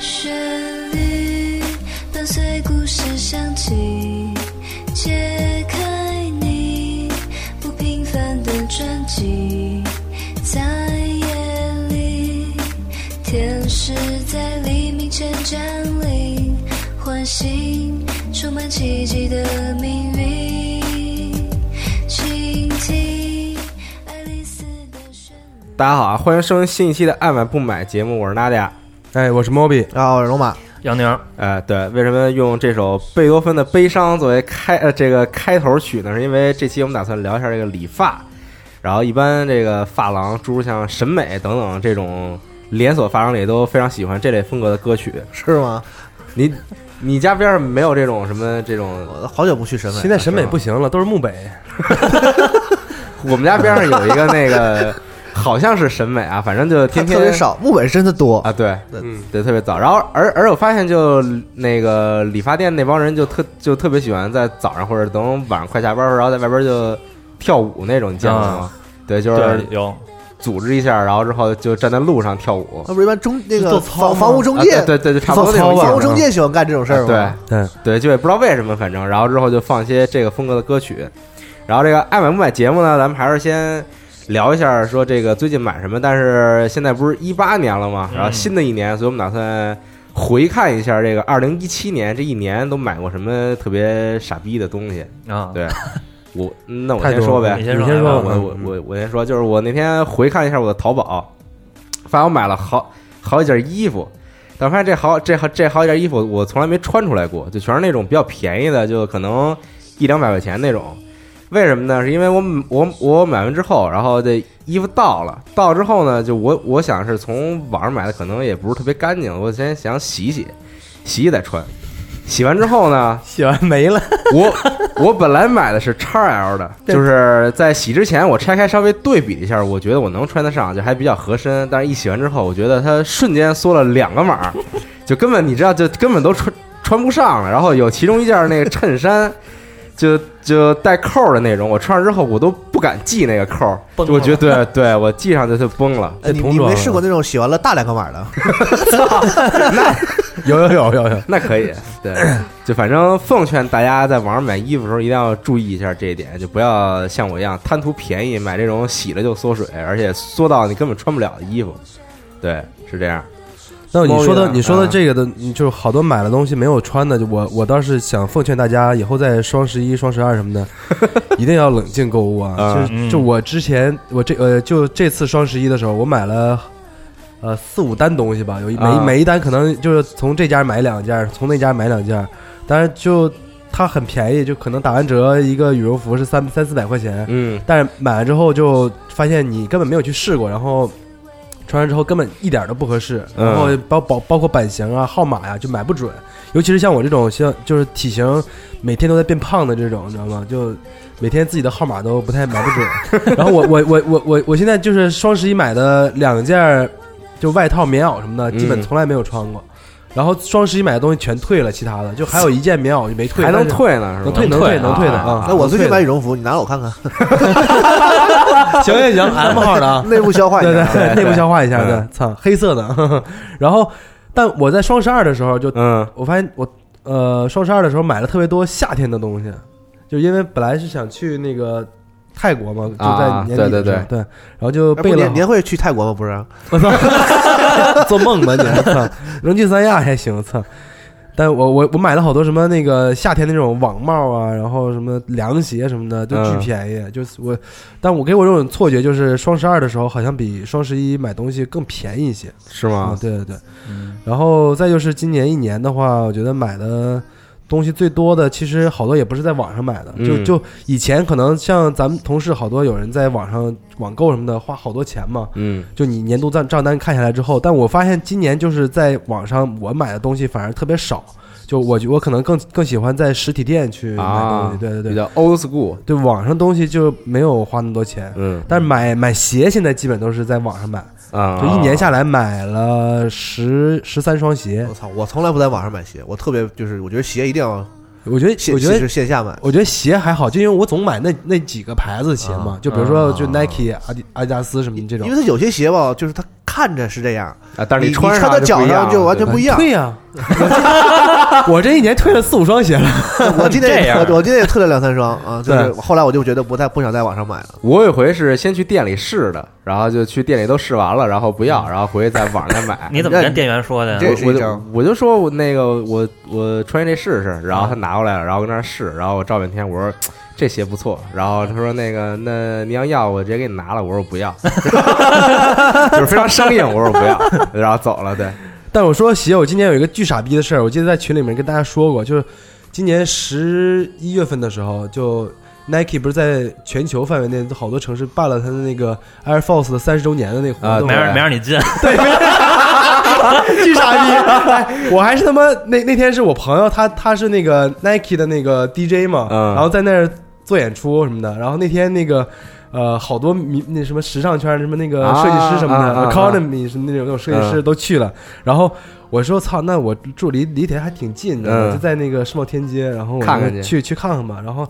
旋律伴随故事响起，解开你不平凡的传奇，在夜里，天使在黎明前降临，唤醒充满奇迹的命运，倾听爱丽丝的旋律。大家好啊，欢迎收听新一期的《爱买不买》节目，我是娜迪亚。哎，我是 Moby，啊，我是龙马，杨宁，呃，对，为什么用这首贝多芬的《悲伤》作为开呃这个开头曲呢？是因为这期我们打算聊一下这个理发，然后一般这个发廊，诸如像审美等等这种连锁发廊里都非常喜欢这类风格的歌曲。是吗？你你家边上没有这种什么这种？我好久不去审美了，现在审美不行了，都是木北。我们家边上有一个那个好像是审美啊，反正就它天天特别少，木本真的多啊，对，嗯，对，特别早。然后而而我发现就那个理发店那帮人就特就特别喜欢在早上或者等晚上快下班儿，然后在外边就跳舞那种，你见过吗？对，就是啊对，有组织一下，然后之后就站在路上跳舞。那不是一般中那做个操房吗房屋中介啊，对对对，差不多那做操种吧意思房屋中介喜欢干这种事儿吗？啊对对对，就也不知道为什么，反正然后之后就放一些这个风格的歌曲。然后这个爱买不买节目呢，咱们还是先聊一下，说这个最近买什么。但是现在不是一八年了嘛，然后嗯新的一年，所以我们打算回看一下这个二零一七年这一年都买过什么特别傻逼的东西。啊，对，我那我太先多说了呗你，你先先说说我吧，我我我先说，就是我那天回看一下我的淘宝，发现我买了好好几件衣服，但发现这好这好这好几件衣服我从来没穿出来过，就全是那种比较便宜的，就可能一两百块钱那种。为什么呢？是因为我我我买完之后，然后这衣服到了，到之后呢，就我我想是从网上买的，可能也不是特别干净，我先想洗洗，洗洗再穿。洗完之后呢，洗完没了，我我本来买的是 XL 的，就是在洗之前我拆开稍微对比了一下，我觉得我能穿得上，就还比较合身。但是一洗完之后，我觉得它瞬间缩了两个码，就根本你知道，就根本都穿穿不上了。然后有其中一件那个衬衫，就就带扣的那种，我穿上之后我都不敢系那个扣，崩就了我觉得 对对，我系上就就崩了。哎，你同你装没了试过那种洗完了大两个码的？ 有有有有有， 那可以，对， 就反正奉劝大家在网上买衣服的时候一定要注意一下这一点，就不要像我一样贪图便宜买这种洗了就缩水，而且缩到你根本穿不了的衣服。对，是这样。那你说猫的眼你说的嗯这个的，你就是好多买了东西没有穿的，就我我倒是想奉劝大家，以后在双十一、双十二什么 的，一定要冷静购物啊！嗯就是就我之前我这呃就这次双十一的时候，我买了。呃，四五单东西吧，有一每啊每一单可能就是从这家买两件，从那家买两件，但是就它很便宜，就可能打完折一个羽绒服是三三四百块钱，嗯，但是买完之后就发现你根本没有去试过，然后穿上之后根本一点儿都不合适，嗯然后包包包括版型啊、号码呀、就买不准。尤其是像我这种像就是体型每天都在变胖的这种，你知道吗？就每天自己的号码都不太买不 准。然后我我我我我我现在就是双十一买的两件儿就外套、棉袄什么的，嗯基本从来没有穿过。然后双十一买的东西全退了，其他的就还有一件棉袄就没退，还能但是退呢，是吧？能退能退。退能退的啊啊！那我最近能退的买羽绒服，你拿我看看， 行行行，M 号的啊。内部消化一对下。哎对，内部消化一下，对对，操，黑色的。 然后，但我在双十二的时候就，嗯我发现我呃，双十二的时候买了特别多夏天的东西，就因为本来是想去那个泰国嘛，就在啊年对底对的时候对，然后就哎备不了年年会去泰国吗？不是，我操， 做梦吧你！操，能去三亚还行，操。但我我我买了好多什么那个夏天那种网帽啊，然后什么凉鞋什么的，都巨嗯便宜。就是我，但我给我这种错觉，就是双十二的时候好像比双十一买东西更便宜一些。啊是吗？对对对。嗯然后再就是今年一年的话，我觉得买的东西最多的，其实好多也不是在网上买的，就嗯就以前可能像咱们同事好多有人在网上网购什么的，花好多钱嘛。嗯就你年度账账单看下来之后，但我发现今年就是在网上我买的东西反而特别少，就我我可能更更喜欢在实体店去买东啊西，，嗯对对比对，较 old school。对网上东西就没有花那么多钱，嗯但是买买鞋现在基本都是在网上买，啊，就一年下来买了十十三双鞋哦我，操，我从来不在网上买鞋，我特别就是我觉得鞋一定要我觉得，线我觉得是，线下买，我觉得鞋还好，就因为我总买那那几个牌子的鞋嘛，就比如说就 Nike、阿迪、阿迪达斯什么这种啊因为，它有些鞋吧，就是它看着是这样，啊，但是你穿你上到脚上就就完全不 一样。退呀、我这一 年退了四五双鞋了，我今这天也样我我今天也退了两三双啊，就是对后来我就觉得不太不想在网上买了。我有一回是先去店里试的，然后就去店里都试完了，然后不要，然后回去在网上再买 你怎么跟店员说的呀？这也是我一就招我就说我那个我我穿这试试，然后他拿过来了，然后跟那儿试，然后我照半天，我说这鞋不错，然后他说那个那你要要我直接给你拿了，我说我不要， 就是非常生硬，我说我不要， 然后走了，对，但我说鞋，我今年有一个巨傻逼的事儿，我记得在群里面跟大家说过，就是今年十一月份的时候，就 Nike 不是在全球范围内好多城市办了他的那个 Air Force 的三十周年的那活啊动，没对让没让你进，巨傻逼！哎我还是他妈那那天是我朋友，他他是那个 Nike 的那个 DJ 嘛，嗯然后在那儿做演出什么的。然后那天那个呃，好多迷那什么时尚圈什么那个啊设计师什么的、啊啊啊嗯 e c o n o m y 什么那种那种设计师都去了。然后我说操，那我住离离铁还挺近的，嗯我就在那个世贸天街，然后我就看看去去去看看吧。然后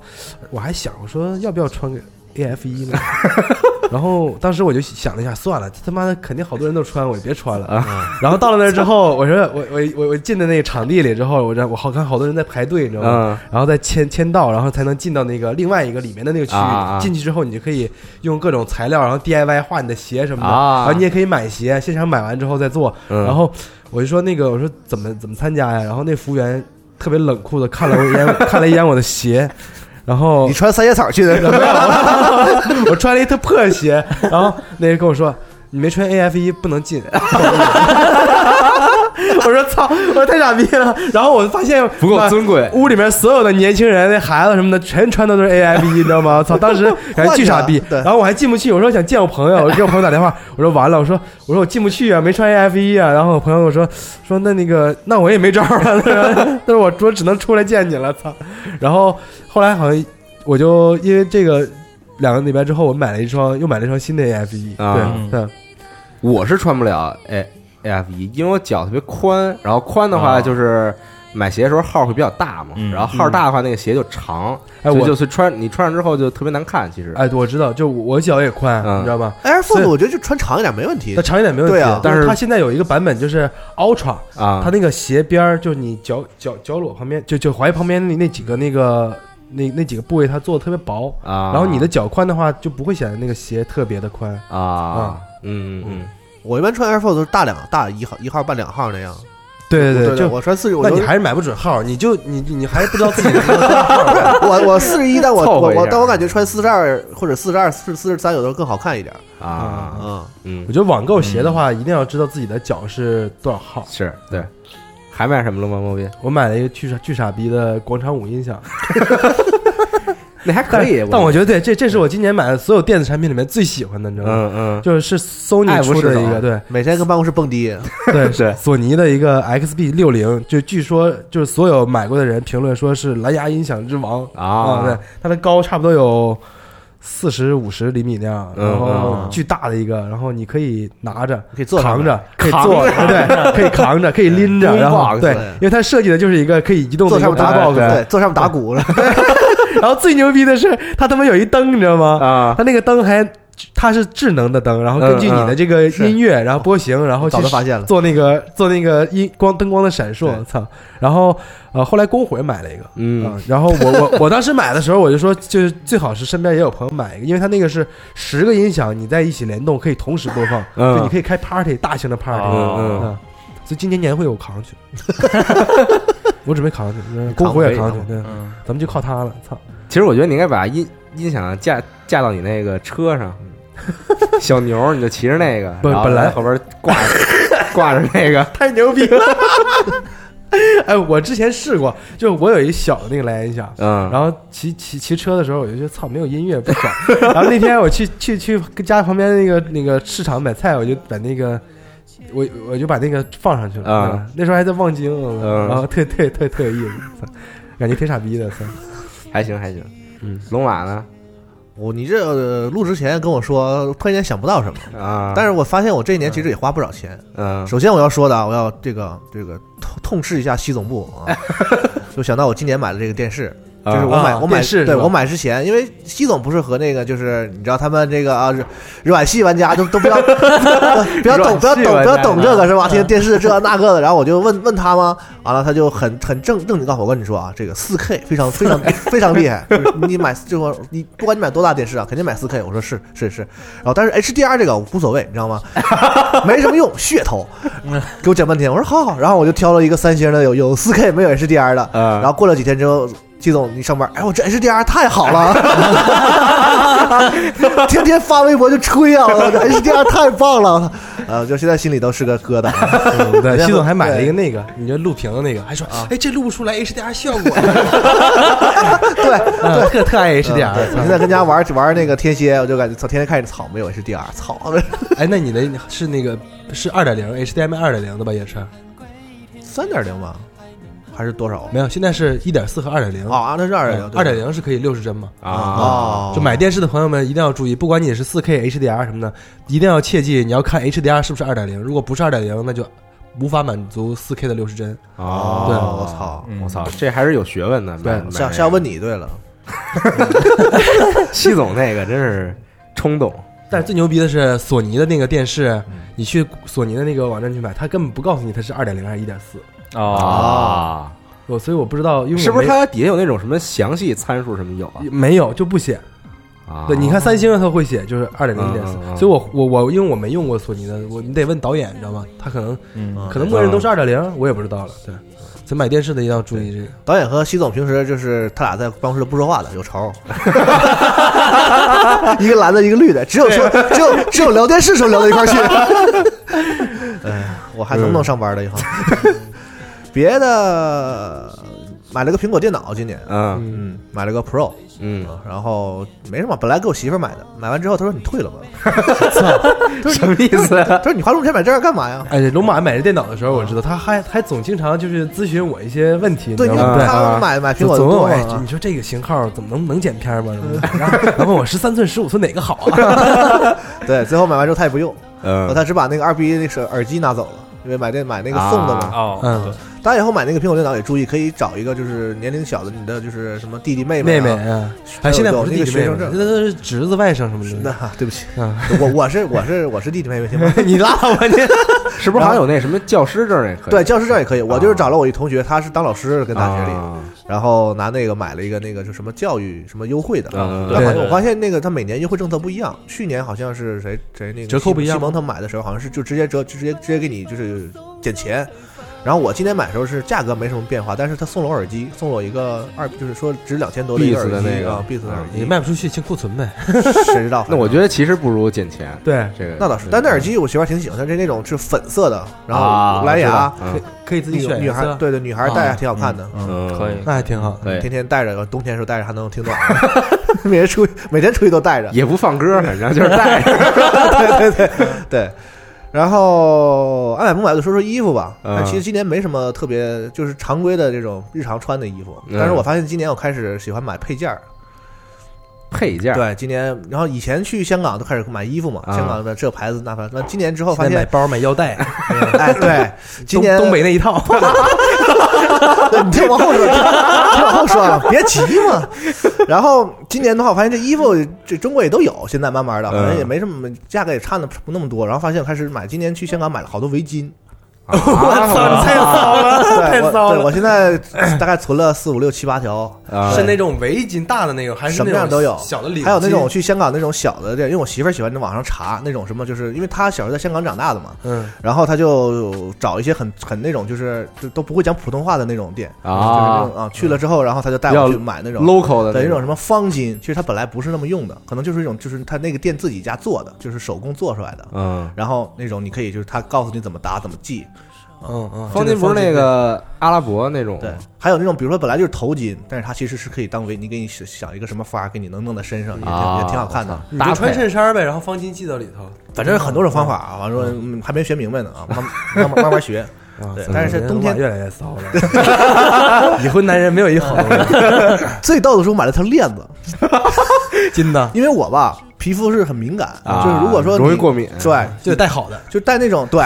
我还想我说要不要穿个 AF 一呢？ 然后当时我就想了一下，算了，这他妈的肯定好多人都穿，我也别穿了。啊然后到了那儿之后，我说我我我我进的那个场地里之后，我让我好看好多人在排队，你知道嗯，吗？然后再签签到，然后才能进到那个另外一个里面的那个区域。啊啊进去之后，你就可以用各种材料，然后 DIY 画你的鞋什么的。啊然后你也可以买鞋，现场买完之后再做。嗯然后我就说那个，我说怎么怎么参加呀？然后那服务员特别冷酷的看了我一眼， 看了一眼我的鞋，然后你穿三叶草去的， 我穿了一特破鞋，然后那人跟我说：“你没穿 AF 一不能进。” 我说：“操！”我说太傻逼了。然后我就发现 不够妈尊贵屋里面所有的年轻人、那孩子什么的，全穿的都是 AF 一，你知道吗？操！当时感觉巨傻逼换。着啊对然后我还进不去，我说想见我朋 友，我给我朋友打电话，我说完了，我说我说我进不去啊，没穿 AF 一啊。然后我朋友跟我说说那那个那我也没招儿了， 但是我我只能出来见你了，操！然后后来好像我就因为这个两个礼拜之后，我买了一双，又买了一双新的 AF 一、啊对，对，我是穿不了 A A F 一，因为我脚特别宽，然后宽的话啊就是。买鞋的时候号会比较大嘛，嗯然后号大的话那个鞋就长，哎所以我就是穿你穿上之后就特别难看。其实，哎，我知道，就我我脚也宽，嗯你知道吗？ Air 所以 Force 我觉得就穿长一点没问题那。长一点没问题，对啊但是它现在有一个版本就是 Ultra，、啊，它那个鞋边儿就是你脚脚脚裸旁边，就就踝旁边那那几个那个那那几个部位，它做的特别薄。啊，然后你的脚宽的话，就不会显得那个鞋特别的宽。啊，嗯嗯我一般穿 Air Force 都是大两大一号一号半两号那样。对对对，就我穿四十，我那你就还是买不准号，你就你你还是不知道自己的 我我四十一，但我凑合我一下我但我感觉穿四十二或者四十二、四四十三有的时候更好看一点。啊，嗯，嗯我，觉得网购鞋的话，一定要知道自己的脚是多少号。是对。还买什么了吗？猫斌，我买了一个巨傻巨傻逼的广场舞音响，那还可以，但哎但我觉得对，这这是我今年买的所有电子产品里面最喜欢的，你知道吗？嗯嗯，就是是爱 Sony 不出释的手一个，对每天跟办公室蹦迪，对对索尼的一个 XB 六零，就据说就是所有买过的人评论说是蓝牙音响之王啊对，它的高差不多有四十五十厘米那样，嗯然后嗯巨大的一个，然后你可以拿着，可以坐上扛面着，可以扛坐着，对，可以扛着，可以拎着，嗯然后 box，对对，因为它设计的就是一个可以移动的坐一上个面大打鼓， box，对，坐上面打鼓了。然后最牛逼的是，它他妈有一灯，你知道吗？啊它那个灯还它是智能的灯，然后根据你的这个音乐，然后波形，然后去早就发现了，做那个做那个音光灯光的闪烁，对操！然后呃，后来公会买了一个。嗯啊，然后我我我当时买的时候，我就说，就是最好是身边也有朋友买一个，因为它那个是十个音响你在一起联动，可以同时播放，嗯就你可以开 party 大型的 party，嗯嗯，所以今年年会我扛 去，我准备扛去，嗯公虎也扛去，对，嗯，咱们就靠它了，操！其实我觉得你应该把音音响架架到你那个车上，小牛儿你就骑着那个，本然后本来在后边挂着挂着那个太牛逼了！ 哎，我之前试过，就是我有一小的那个蓝牙音响，嗯，然后骑骑骑车的时候，我就觉得操，没有音乐不爽。 然后那天我去去去家旁边那个那个市场买菜，我就把那个我我就把那个放上去了。啊嗯那时候还在望京，嗯然后特特特特有意思，操感觉挺傻逼的。操还行还行，嗯，龙马呢我你这呃录之前跟我说，突然间想不到什么，啊，但是我发现我这一年其实也花不少钱。嗯 首先我要说的啊，我要这个这个痛痛斥一下西总部啊，就想到我今年买的这个电视，就是啊我买、啊我买电视对是吧我买之前，因为西总不是和那个就是你知道他们这个啊日软系玩家都都 不要 不要懂不要懂不要懂这个是啊吧？听电视这那个的，然后我就问问他吗？完了他就很很正正经告诉我，我跟你说啊，这个四 K 非常非常非常厉害，就是你买就说你不管你买多大电视啊，肯定买四 K。我说是是是，然后但是 HDR 这个无所谓，你知道吗？ 没什么用，噱头。给我讲半天，我说好好，然后我就挑了一个三星的，有有四 K 没有 HDR 的，嗯然后过了几天之后，季总一上班，哎，我这 HDR 太好了， 天天发微博就吹啊，我这 HDR 太棒了，呃，就现在心里都是个疙瘩。嗯对，然后西总还买了一个那个，你这录屏的那个，还说，哎，这录不出来 HDR 效果，对，嗯特特爱嗯对 HDR。我现在跟家玩玩那个天蝎，我就感觉操，天天看着草没有 HDR，操，哎，那你的是那个是二点零 HDMI 二点零的吧？也是三点零吧，还是多少？没有，现在是一点四和二点零。啊，那是二点零，哦二点零是可以六十帧嘛？啊，哦，就买电视的朋友们一定要注意，不管你是四 K、HDR 什么的，一定要切记你要看 HDR 是不是二点零，如果不是二点零，那就无法满足四 K 的六十帧。哦，对我操嗯我操，这还是有学问的。对买下下问你对了，西总那个真是冲动，但是最牛逼的是索尼的那个电视，你去索尼的那个网站去买，它根本不告诉你它是二点零还是一点四。哦，啊啊，我所以我不知道，因为我是不是没它底下有那种什么详细参数什么有啊？没有就不写？啊，对，你看三星它会写，就是二点零一点四嗯嗯嗯，所以我我我因为我没用过索尼的，我你得问导演，你知道吗？他可能嗯，可能默认都是二点零，我也不知道了。对，所以买电视的一定要注意这个。导演和西总平时就是他俩在办公室都不说话的，有仇，一个蓝的，一个绿的，只有说只有只有聊电视时候聊到一块儿去。哎，我还能不能上班了以后？别的买了个苹果电脑，今年嗯嗯买了个 Pro，嗯，然后没什么，本来给我媳妇儿买的，买完之后她说你退了吧，嗯什么意思？啊 她说你花这么多钱买这个干嘛呀？哎，龙马买这电脑的时候，我知道他还还总经常就是咨询我一些问题，你对，知道你因为吗？她买买苹就果总问我，多啊哎，嘛你说这个型号怎么能能剪片儿吗？什 么的，然后然后问我十三寸、十五寸哪个好啊？对，最后买完之后她也不用，嗯，她只把那个二逼那个耳机拿走了，因为买这买那个送的啊嘛。哦，嗯，大家以后买那个苹果电脑也注意，可以找一个就是年龄小的，你的就是什么弟弟妹妹啊妹啊，还哎，有现在不是弟弟妹有那个学妹生了，证现在都是侄子、外甥什么那的。哈对不起，啊，我我是我是我是弟弟妹妹行吗？ 你拉倒吧你！是不是好像有那什么教师证也可以？对，，教师证也可以。啊我就是找了我一同学，他是当老师跟跟大学里，啊然后拿那个买了一个那个就什么教育什么优惠的。嗯然后对好像我发现那个他每年优惠政策不一样，去年好像是谁谁那个折扣不一样西吗蒙他们买的时候好像是就直接折直接直接给你就是减钱。然后我今年买的时候是价格没什么变化，但是他送了我耳机，送了我一个二，就是说值两千多的一个 Beats 耳的机那个啊，Beats 的耳机你，卖不出去清库存呗。 谁知道？那我觉得其实不如捡钱，对，这个那倒是，但那耳机我媳妇儿挺喜欢，它是那种是粉色的，然啊后蓝牙，嗯可以自己女选女颜孩色，对对，女孩戴还啊挺好看的，嗯，可以，那还挺好。对天天戴着，冬天的时候戴着还能听暖和，每天出去每天出去都戴着，也不放歌，反正就是带着。 对对对对。然后哎爱买不买就说说衣服吧，嗯但其实今年没什么特别，就是常规的这种日常穿的衣服。嗯但是我发现今年我开始喜欢买配件儿，配件儿，对，今年然后以前去香港都开始买衣服嘛，啊香港的这牌子那牌子，那今年之后发现在买现，包、买腰带，哎，对，今年东东北那一 套。对你听往后说，听往后说，啊，别急嘛。然后今年的话，我发现这衣服这中国也都有，现在慢慢的，好嗯像也没什么价格也差的不那么多。然后发现开始买，今年去香港买了好多围巾， 我操，啊 太骚了，对，我对我现在大概存了四五六七八 条，啊是那种围巾大的那种，还是什那么种样都有，小的领巾，还有那种去香港那种小的店，因为我媳妇儿喜欢在网上查那种什么，就是因为她小时候在香港长大的嘛，嗯，然后她就找一些很很那种就是就都不会讲普通话的那种店就是那啊种啊去了之后，然后她就带要我去买那种，local 的对，一那种什么方巾，其实它本来不是那么用的，可能就是一种就是它那个店自己家做的，就是手工做出来的。嗯，然后那种你可以就是他告诉你怎么搭怎么系，嗯嗯，方巾不是那个阿拉伯那种，对，还有那种比如说本来就是头巾，但是它其实是可以当围，你给你想想一个什么法儿给你能弄在身上，也挺、啊也挺好看的。你搭就配穿衬衫呗，然后方巾系到里头。反正很多种方法啊，完了、嗯还没学明白呢啊，慢慢慢慢慢学。啊对怎么但是人冬老天越来越骚了，已婚男人没有一好东西，最逗的时候买了条链子，真的。因为我吧。皮肤是很敏感，啊，就是如果说容易你过敏，对，就得带好的，就带那 种对，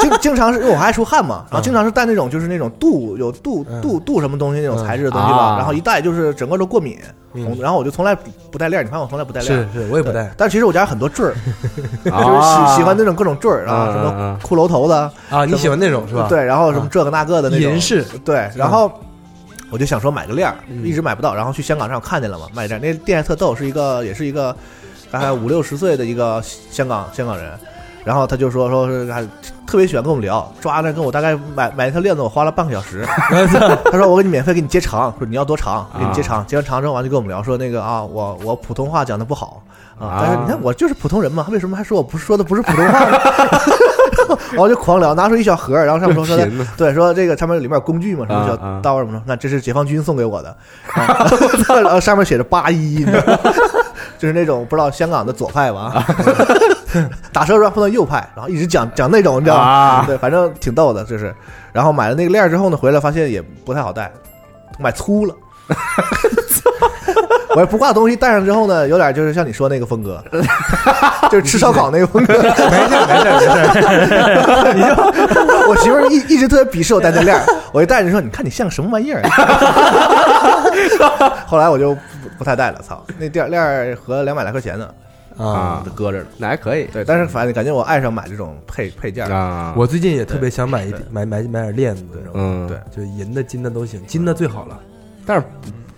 经经常是因为我还爱出汗嘛，然后经常是带那种就是那种镀有镀嗯镀镀什么东西那种材质的东西啊吧，然后一戴就是整个都过敏，嗯从然后我就从来不不戴链儿，你看我从来不戴链是儿。是，我也不对带但是其实我家有很多 坠儿，啊，就是喜喜欢那种各种坠儿啊，嗯什嗯么骷髅头的，啊。你喜欢那种是吧？嗯对，然后什么这个那个的那种银饰，对，然后我就想说买个链儿，嗯一直买不到，然后去香港上看见了嘛，卖链儿，那店还特逗，是一个也是一个大概五六十岁的一个香港香港人，然后他就说说是还特别喜欢跟我们聊，抓着跟我大概买买一条链子，我花了半个小时，他说我给你免费给你接长，说你要多长，给你接长，接完长之后完就跟我们聊说那个啊，我我普通话讲的不好。啊！但是你看，我就是普通人嘛，为什么还说我不是说的不是普通话呢？ 然后就狂聊，拿出一小盒儿，然后上面说说的贫呢 对，说这个上面里面有工具嘛，什么啊啊小刀什么的，那这是解放军送给 我的，啊 然后上面写着八一，你知道吗就是那种不知道香港的左派吧， 打车时候碰到右派，然后一直讲讲那种，你知道吗啊？对，反正挺逗的，就是，然后买了那个链儿之后呢，回来发现也不太好戴，买 粗了。我也不挂东西，戴上之后呢，有点就是像你说那个风格， 就是吃烧烤那个风格。 我媳妇儿一一直特别鄙视我戴那链儿，我一戴着说：“你看你像个什么玩意儿？”后来我就不不太戴了，操，那链链儿合两百来块钱呢，啊就搁着了。那还可以对，但是反正感觉我爱上买这种配配件儿，啊，我最近也特别想买一对买买买点链子，你知道吗嗯对就银的、金的都行，金的最好了。但是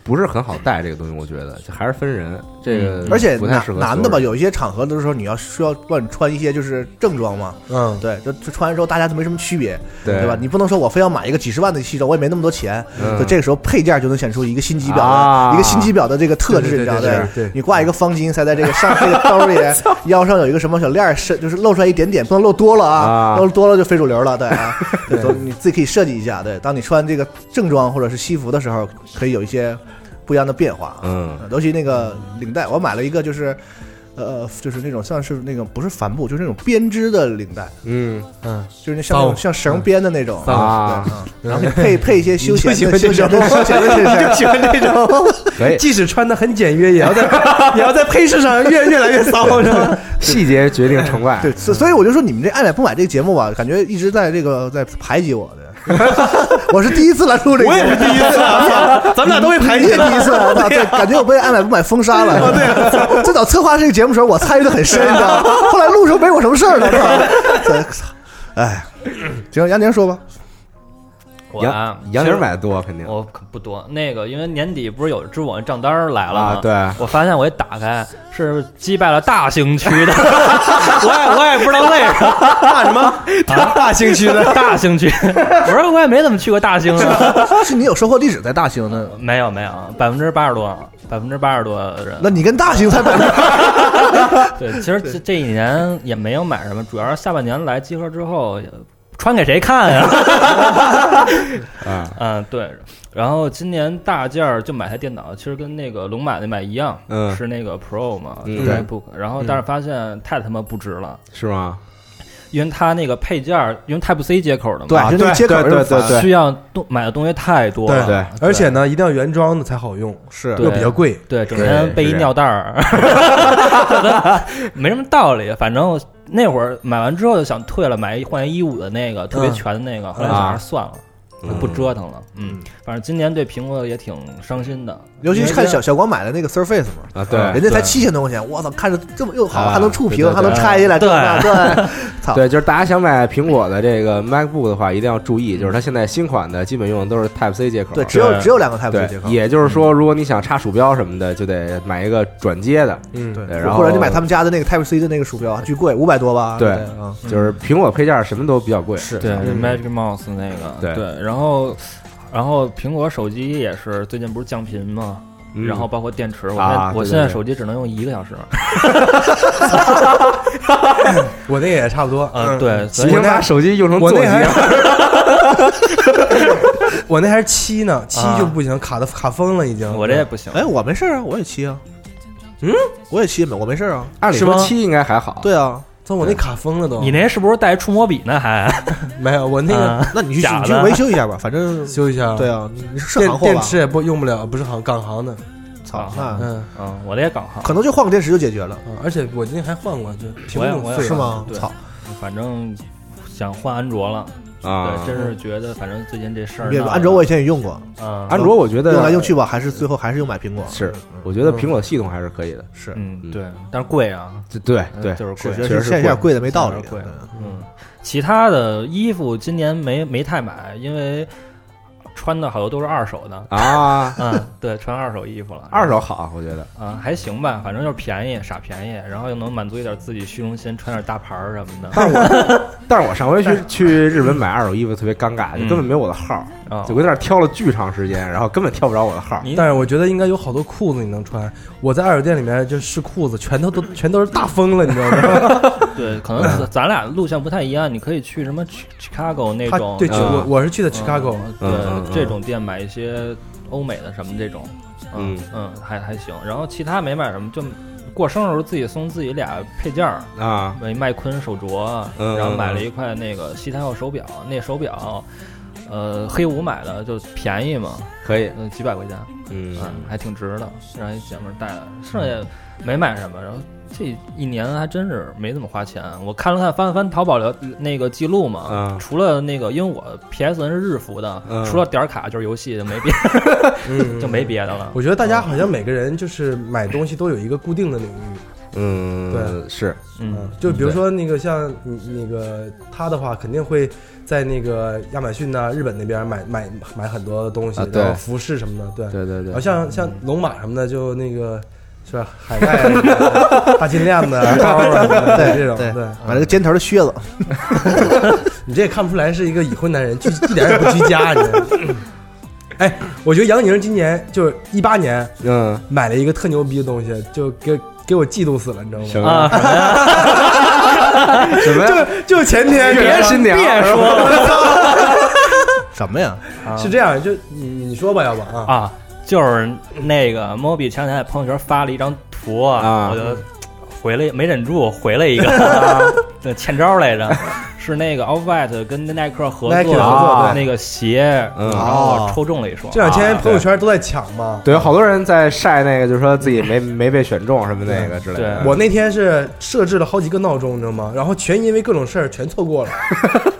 不是很好带这个东西，我觉得就还是分人，这个嗯而且不太男适合男的所吧，有人有一些场合的时候你要需要让你穿一些就是正装嘛，嗯，对，就就穿的时候大家都没什么区别，对对吧？你不能说我非要买一个几十万的西装，我也没那么多钱，嗯所以这个时候配件就能显出一个心机婊啊的一个心机婊的这个特对质，对你知道对对吧对对你挂一个方巾塞在这个上这个 兜里，腰上有一个什么小链儿，是就是露出来一点点，不能露多了啊啊，露多了就非主流了，对啊，对对，都你自己可以设计一下，对，当你穿这个正装或者是西服的时候，可以有一些不一样的变化，啊。嗯尤其那个领带，我买了一个就是。呃，就是那种像是那种不是帆布，就是那种编织的领带，嗯嗯，就是那像那种哦像绳编的那种嗯啊对嗯然后你配配一些休闲你的就休喜闲欢的休闲的衬衫，喜欢这种，可以，哎即使穿的很简约，也要 在也要在配饰上越越来越骚，是吧？细节决定成败。 对，所所以我就说你们这爱买不买这个节目吧，感觉一直在这个在排挤我的， 我是第一次来录这个，我也是第一次啊， 咱们俩都被排你挤也了。第一次，我操，对，感觉我被爱买不买封杀了。啊对， 最早策划这个节目的时候，我参与的很深，你知道吗？后来录的时候没我什么事儿了， 操对操，哎，行，杨宁说吧，我啊杨杨其实宁买的多肯定我啊可不多，那个因为年底不是有支付宝账单儿来了吗啊，，对，我发现我一打开是击败了大兴区的， 我也我也不知道 为什么大什么？大大兴区的。大兴区，我说我也没怎么去过大兴啊，是你有收货地址在大兴呢，没有没有，百分之八十多，百分之八十多的人，那你跟大兴才百分之对，其实这这一年也没有买什么，主要是下半年来集合之后，也穿给谁看呀？啊，嗯，对。然后今年大件儿就买台电脑，其实跟那个龙马那买一样，嗯是那个 Pro 嘛，嗯就是 MacBook。然后但是发现太他妈不值了，是吗？因为它那个配件儿，因为 Type C 接口的嘛，对啊就那对接口对是对对对需要东买的东西太多嗯了，对而且呢，一定要原装的才好用，是对又比较贵。对，整对天背是一这样尿袋儿， 没什么道理。反正那会儿买完之后就想退了，买一换一一五的那个特别嗯全的那个，后来啊想着算了。就不嗯折腾了，嗯，反正今年对苹果也挺伤心的，尤其是看因为小小光买的那个 Surface 嘛，啊，对，人家才对七千多块钱，我操，看着这么又好，啊还能触屏对对，还能拆下来，对这那对，操对，就是大家想买苹果的这个 MacBook 的话，一定要注意，就是它现在新款的基本用的都是 Type C 接口。啊对，只有对只有两个 Type C 对接口，也就是说，如果你想插鼠标什么的，就得买一个转接的。嗯，对，对然后或者你买他们家的那个 Type C 的那个鼠标，巨贵，五百多吧？对啊，嗯就是苹果配件什么都比较贵。是对嗯 Magic Mouse 那个，对然后然后苹果手机也是最近不是降频吗？嗯然后包括电池，我现啊在对我对现在对手机只能用一个小时，我那个也差不多。嗯，对，所你以想把手机用成我座那机还啊， 我那还是七呢，七啊就不行，卡的卡疯了已经。嗯我这也不行，哎，我没事啊，我也七啊，嗯，我也七，我没事啊， 按理是说吗七应该还好。对啊，操，我那卡疯了都。你那是不是带触摸笔呢？还没有？我那个啊那你去假你去的维修一下吧，反正 修一下。对。啊，你你是上行电货电吧？池也不用不了，不是行港行的，操啊，那嗯， 嗯，我的也港行，可能就换个电池就解决了，啊而且我今天还换过，就屏我也幕我也碎是了。吗？对操，反正想换安卓了。啊对，。真是觉得反正最近这事儿别闹的，安卓我以前也用过，嗯，安卓我觉得用来用去吧，还是最后还是用买苹果。啊是嗯，我觉得苹果系统还是可以的。是嗯嗯对，但是贵啊，对对嗯对，就是是，贵，确觉得实是现在贵贵的没道理确实。贵嗯嗯，其他的衣服今年没没太买，因为穿的好多都是二手的。啊，嗯，对，穿二手衣 服了。二手好，我觉得啊、还行吧，反正就是便宜，傻便宜，然后又能满足一点自己虚荣心，穿点大牌儿什么 的。但是我，但是我嗯哦上回去去日本买二手衣服特别尴尬，就根本没有我的号，啊、就我在那儿挑了巨长时间，然后根本挑不着我的号。你但是我觉得应该有好多裤子你能穿。我在二手店里面就试裤子，全都都全都是大风了，你知道吗？对，可能 咱俩路线不太一样，你可以去什么 Chi- Chicago 那他种，对，嗯嗯我我是去的 Chicago，对、嗯嗯嗯这种店买一些欧美的什么这种，嗯嗯，还还行。然后其他没买什么，就过生日时候自己送自己俩配件儿，啊，买麦昆手镯，嗯然后买了一块那个西太后手表，那手表，呃，黑五买的就便宜嘛，可以，嗯，几百块钱，嗯嗯，还挺值的，让一姐们儿带来，剩下没买什么，然后。这一年还真是没怎么花钱，我看了看翻了翻淘宝聊那个记录嘛，嗯除了那个，因为我 PSN 是日服的，嗯除了点儿卡就是游戏，就没别嗯， 就没别的了。我觉得大家好像每个人就是买东西都有一个固定的领域，嗯，对是，嗯，就比如说那个像你那个他的话，肯定会在那个亚马逊呐、日本那边买买买很多东西啊，对然后服饰什么的，对。对对然对后，像像龙马什么的，就那个是吧，海外啊大金链子啊、包啊什么的，对这种 对对。买了个尖头的靴子，你这也看不出来是一个已婚男人，居一点也不居家。你， 哎，我觉得杨宁今年就是一八年嗯，买了一个特牛逼的东西，就给给我嫉妒死了，你知道什吗？么啊呀？什么呀？就就前天，别新娘，别说了，什么呀？是这样，就你你说吧，要不啊，啊，就是那个 Moby 前两天在朋友圈发了一张图啊我就回了没忍住回了一个，对，欠招来着，是那个 Off White 跟耐克合 Nike 合作作对那个鞋，嗯然后我抽中了一双。这两天啊朋友圈都在抢嘛。啊对，有好多人在晒那个，就说自己 没没被选中什么那个之类的。对我那天是设置了好几个闹钟，你知道吗？然后全因为各种事儿全错过了，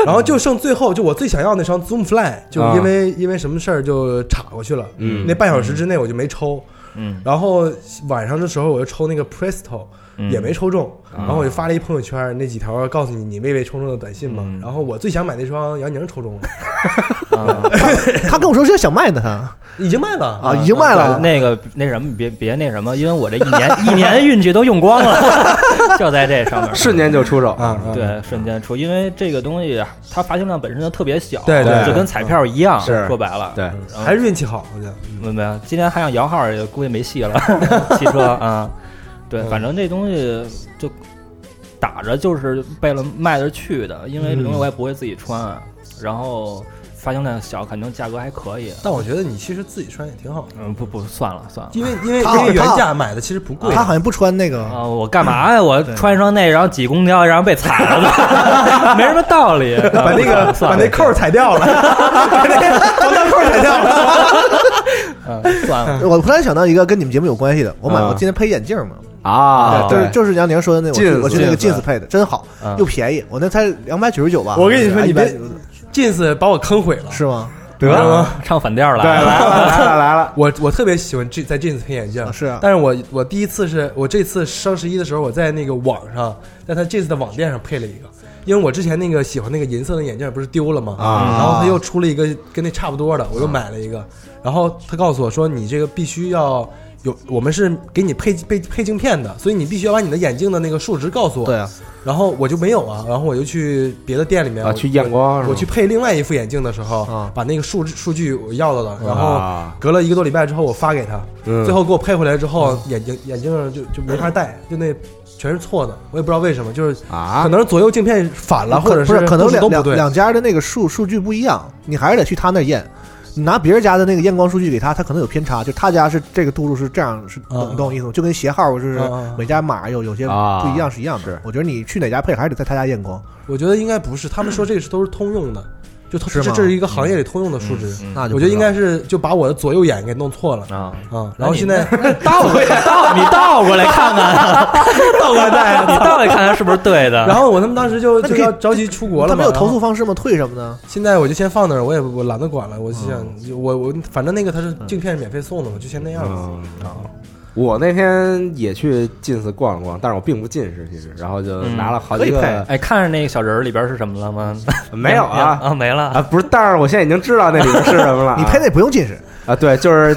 然后就剩最后就我最想要那双 Zoom Fly，就因为、因为什么事儿就岔过去了。嗯那半小时之内我就没抽，嗯，然后晚上的时候我就抽那个 Presto，嗯也没抽中，然后我就发了一朋友圈，那几条告诉你你未被抽中的短信嘛。然后我最想买那双杨宁抽中了，他跟我说是要想卖的，他已经卖了啊，已经卖了。那个那什么，别别那什么，因为我这一年 一年运气都用光了， 就在这上面。瞬间就出手啊，啊，对，瞬间出，因为这个东西啊它发行量本身就特别小，对对就跟彩票一样。是说白啊了，对，嗯还是运气好，我觉得。没没啊有，今天还让摇号，也估计没 戏了。汽车啊，对，嗯反正这东西就打着就是为了卖得去的，因为这东西我也不会自己穿，然后发行量小，肯定价格还可以。但我觉得你其实自己穿也挺好的，嗯，不不，算了算了。因为因为他因好为原他价买的其实不贵。他好像不穿那个，啊、我干嘛呀？我穿一双那，然后挤公交，然后被踩了 呢，没什么道理。啊把那个把那扣儿踩掉 了，把那个防弹扣儿踩掉了。嗯算 了，我突然想到一个跟你们节目有关系的，我买啊我今天配眼镜嘛，啊，就是对就是杨宁说的那，我去镜子我去那个镜镜子啊子配的，真好嗯，又便宜，我那才两百九十九吧。哎我跟你说你别190这次把我坑毁了。是吗？得了，唱反调了。对，来了来 了来了，我我特别喜欢这在 Jeans 配眼镜，啊是啊但是我我第一次是我这次双十一的时候，我在那个网上，在他 Jeans 的网店上配了一个，因为我之前那个喜欢那个银色的眼镜不是丢了吗？啊然后他又出了一个跟那差不多的，我又买了一个，然后他告诉我说你这个必须要。有，我们是给你配配配镜片的，所以你必须要把你的眼镜的那个数值告诉我。对啊，然后我就没有啊，然后我就去别的店里面啊我去验光是吗我去配另外一副眼镜的时候，啊把那个数数据我要到了，然啊后隔了一个多礼拜之后我发给他，嗯最后给我配回来之后，眼睛眼镜上就就没法戴，就那全是错的，我也不知道为什么，就是啊可能是左右镜片反了，或者不是可能度数两都不两对。两家的那个数数据不一样，你还是得去他那儿验。你拿别人家的那个验光数据给他，他可能有偏差，就他家是这个度数是这样，是啊懂懂我意思吗？就跟鞋号就是啊啊每家码有有些啊不一样是一样的。我觉得你去哪家配还是得在他家验光。我觉得应该不是，他们说这个是都是通用的，就它是这吗嗯这是一个行业里通用的数值。那就我不觉得知应道该是就把我的左右眼给弄错了啊，啊，那然后你现在 倒过来，倒你倒过来看看， 倒过来看，你倒过来看看是不是对的。然后我他们当时就那你就可以要着急出国了嘛，他啊没有然投后诉方式吗？退什么的？现在我就先放那儿，我也我懒得管了，我就想嗯就我我反正那个它是镜片是免费送的嘛，就先那样吧。嗯，我那天也去近似逛了逛，但是我并不近视，其实，然后就拿了好几嗯可以配个，哎，看着那个小人儿里边是什么了吗？ 没有啊啊，没啊，了。不是，但是我现在已经知道那里面是什么了啊。 你拍那不用近视，啊？对，就是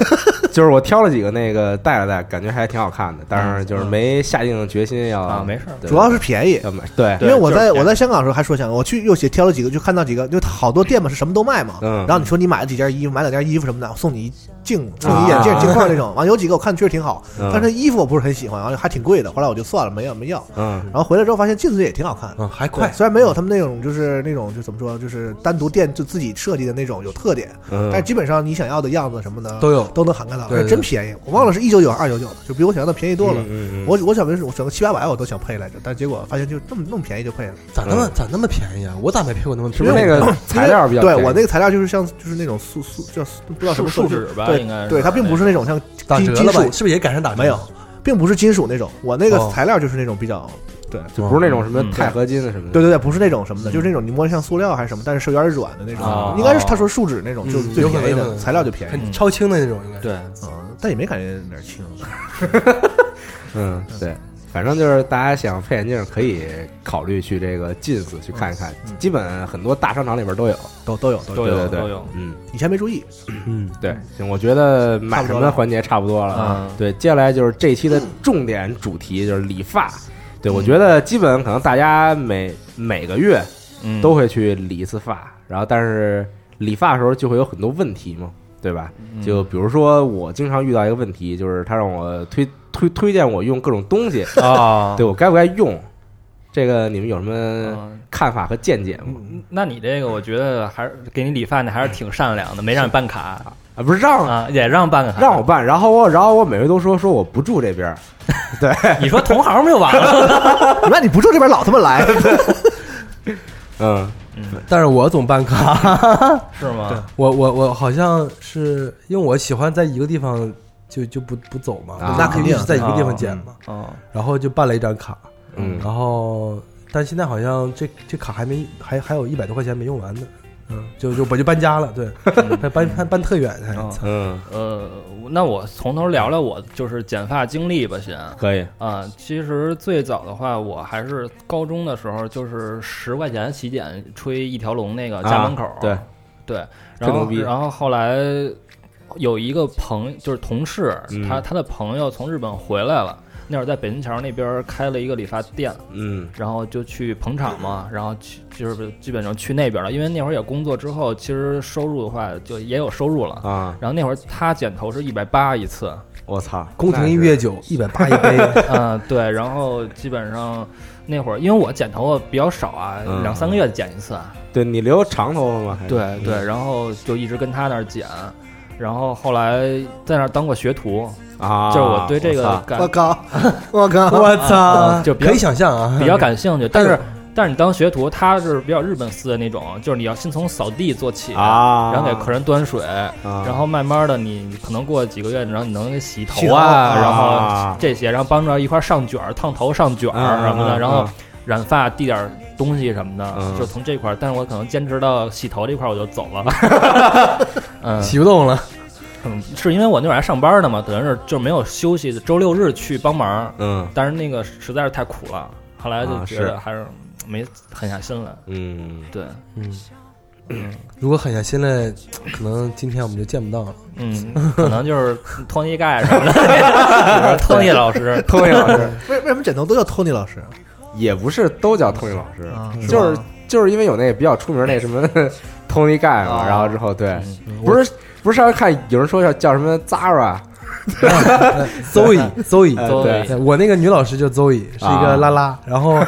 就是我挑了几个那个戴了戴，感觉还挺好看的，但嗯是就是没下定决心要啊没事儿对主要是便宜。要买对因为我在就是便宜我在香港的时候还说香港，我去又去挑了几个，就看到几个，就好多店嘛是什么都卖嘛。嗯然后你说你买了几件衣服，买两件衣服什么的，我送你一镜，送你一眼镜、啊镜框这种。完有几个我看确实挺好，嗯但是衣服我不是很喜欢，完了还挺贵的，后来我就算了，没要没要。嗯然后回来之后发现镜子也挺好看的，嗯，还对快，虽然没有他们那种就是那种就怎么说，就是单独店就自己设计的那种有特点，但是嗯，基本上你想要的样子什么的都有都能涵盖到，对而且对真便宜。我忘了是一九九还是二九九的，就比我想象的便宜多了。嗯嗯嗯我我想的是，我整个七八百我都想配来着，但结果发现就那么那么便宜就配了。咋那么咋那么便宜啊？我咋没配过那么是便不宜？是那个材料比较对便宜我那个材料就是像就是那种塑塑叫塑不知道什么树塑树脂吧对应该是对，它并不是那种像打金折金了吧？属是不是也赶上打折？没有，并不是金属那种，我那个哦材料就是那种比较对就不是那种什么嗯钛合金的什么的，对对对，不是那种什么的，嗯就是那种你摸着像塑料还是什么，但是是有点软的那种，啊应该是他说树脂那种，就是哦嗯最有可能便有宜可的能材料就便宜很超轻的那种应该。，对，啊，但也没感觉哪儿轻。啊嗯对，反正就是大家想配眼镜可以考虑去这个近似去看一看，基本很多大商场里边都有，都都有都都对有对对都有，嗯。以前没注意，嗯，对，行，我觉得买什么环节差不多了。啊嗯对，接下来就是这一期的重点主题，就是理发。对，我觉得基本可能大家每每个月嗯，都会去理一次发，然后但是理发的时候就会有很多问题嘛，对吧？嗯就比如说我经常遇到一个问题，就是他让我推推推荐我用各种东西， 啊，对我该不该用？这个你们有什么嗯看法和见解吗？那你这个我觉得还是给你理发那还是挺善良的，没让你办卡啊，不是让啊，也让办卡，让我办，然后我然后我每回都说说我不住这边儿，对，你说同行不就 完了？那你不住这边老他妈来，嗯，但是我总办卡，是吗？我我我好像是因为我喜欢在一个地方就就不不走嘛，啊那肯定是在一在个地方剪嘛，哦，然后就办了一张卡，嗯然后但现在好像这这卡还没还还有一百多块钱没用完呢，嗯，就就我就搬家了，对，还搬搬搬特远还，哦操嗯，呃，那我从头聊聊我就是剪发经历吧，先。可以，啊，其实最早的话，我还是高中的时候，就是十块钱洗剪吹一条龙那个家门口，啊对，对，吹然牛后逼然后后来有一个朋就是同事，嗯他他的朋友从日本回来了，那会儿在北京桥那边开了一个理发店，嗯然后就去捧场嘛，然后去就是基本上去那边了，因为那会儿也工作之后，其实收入的话就也有收入了。啊，然后那会儿他剪头是一百八一次，我操，宫廷一月酒一百八一杯，嗯，对，然后基本上那会儿，因为我剪头发比较少啊，嗯两三个月剪一次。啊那是对你留长头发吗？还是对对，然后就一直跟他那儿剪，然后后来在那儿当过学徒，啊，就是 我对这个操感、我靠，我靠， 我操，就比较可以想象啊，比较 感兴趣，但是。但是你当学徒，他是比较日本式的那种，就是你要先从扫地做起，啊然后给客人端水，啊然后慢慢的你可能过几个月，然后你能洗洗头头啊，啊然后这些，然后帮着一块儿上卷儿、烫头、上卷儿啊什么的，然后染发递点儿东西什么的，嗯就从这块儿。但是我可能坚持到洗头这块儿我就走了。 嗯，洗不动了，嗯是因为我那会儿还上班呢嘛，等于是就没有休息，周六日去帮忙，嗯但是那个实在是太苦了，后来就啊觉得是还是没狠下心来。嗯对，嗯。嗯如果狠下心来，可能今天我们就见不到了。 嗯，可能就是托尼盖什么 的，托尼老师， ，Tony 老师为为什么枕头都叫托尼老师 也不是都叫 Tony 老师，啊？就是是吧就是因为有那个比较出名那什么 Tony 盖嘛，啊然后之后对，嗯不是不是上回看有人说叫叫什么 Zara， Zoe Zoe 呃 Zoe 对哎对啊我那个女老师就 Zoe，是一个拉 拉，然后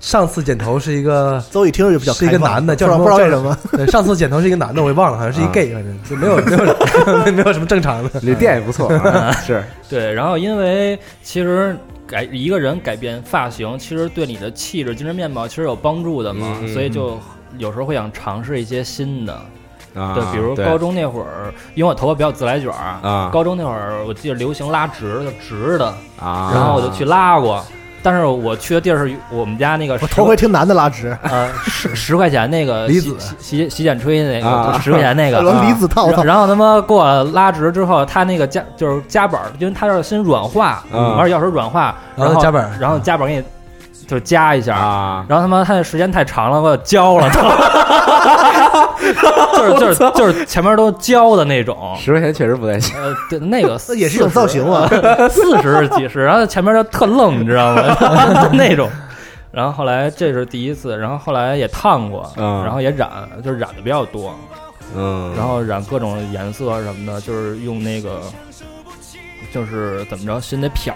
上次剪头是一个，邹宇听着就比较是一个开放男的不叫知道什么不知道为什么，对，上次剪头是一个男的，我也忘了，好像是一啊 gay，反正就没有 没有没有什么正常的。旅店也不错， 啊是对，然后因为其实改一个人改变发型，其实对你的气质、精神面貌其实有帮助的嘛，嗯嗯所以就有时候会想尝试一些新的，啊，对，比如对高中那会儿，因为我头发比较自来卷儿啊高中那会儿我记得流行拉直的直的，啊，然后我就去拉过，但是我去的地儿是我们家那个我十头回听男的拉直，呃十十块钱那个离洗子洗洗洗剪吹那啊个，就十块钱那 个，啊轮离子套，我操然！然后他妈给我拉直之后，他那个夹就是夹板儿，因为他要先软化，嗯玩钥匙软化，然然后后夹板儿然后夹板儿给你就夹一下。啊，然后他妈他那时间太长了，给我焦了，就是就是就是前面都焦的那种，十块钱确实不太行，呃，对，那个 那也是一种造型啊嘛，四十几十，然后前面就特愣，你知道吗？就那种。然后后来这是第一次，然后后来也烫过，嗯然后也染，就是染的比较多，嗯，然后染各种颜色什么的，就是用那个，就是怎么着，先得漂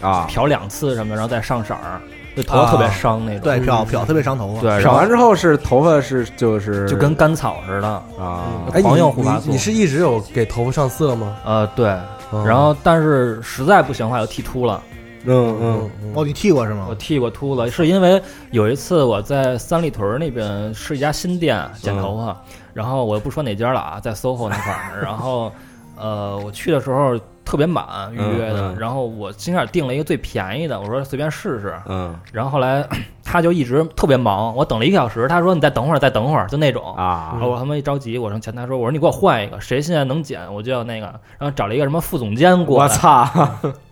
啊，漂两次什么的，然后再上色儿，对头发特别伤那种。对，漂漂特别伤头发。啊对，然漂后完之后是头发是就是就跟嗯甘草似的。啊哎，狂你用护发素你你是一直有给头发上色吗？呃，对，嗯然后但是实在不行的话，就剃秃了。嗯嗯嗯嗯哦，你剃过是吗我？剃过秃子，是因为有一次我在三里屯儿那边是一家新店剪头发，嗯然后我不说哪家了啊，在 SOHO 那 块儿，然后呃，我去的时候特别满预约的，嗯嗯然后我心眼定了一个最便宜的，我说随便试试，嗯然后后来 他就一直特别忙，我等了一个小时，他说你再等会儿，再等会儿，就那种。啊然后我他妈一着急，我上前台说：“我说你给我换一个，谁现在能剪我就要那个。”然后找了一个什么副总监过来，我操，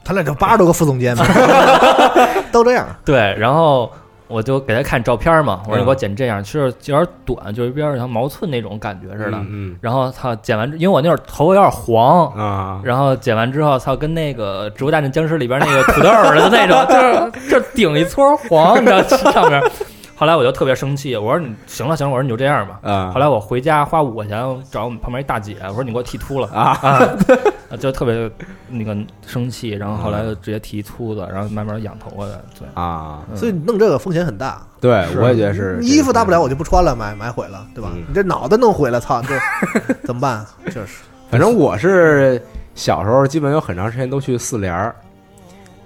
他俩就八十多个副总监 嘛，都这样。对，然后我就给他看照片嘛，我嗯说你给我剪这样，其实有点短，就是有点像毛寸那种感觉似的。嗯然后他剪完之，因为我那会儿头发有点黄。嗯啊，然后剪完之后，操，跟那个《植物大战僵尸》里边那个土豆儿的那种，就是这顶一撮黄，你知道上面。后来我就特别生气，我说你行了行了，我说你就这样吧。啊，后来我回家花五块钱找我们旁边一大姐，我说你给我剃秃了啊啊，就特别那个生气。然后后来就直接剃秃子，然后慢慢养头发的。对，啊，嗯所以你弄这个风险很大。对，我也觉得是你衣服大不了我就不穿了，买买毁了，对吧嗯？你这脑袋弄毁了，操，这怎么办？就是反正我是小时候基本有很长时间都去四联儿，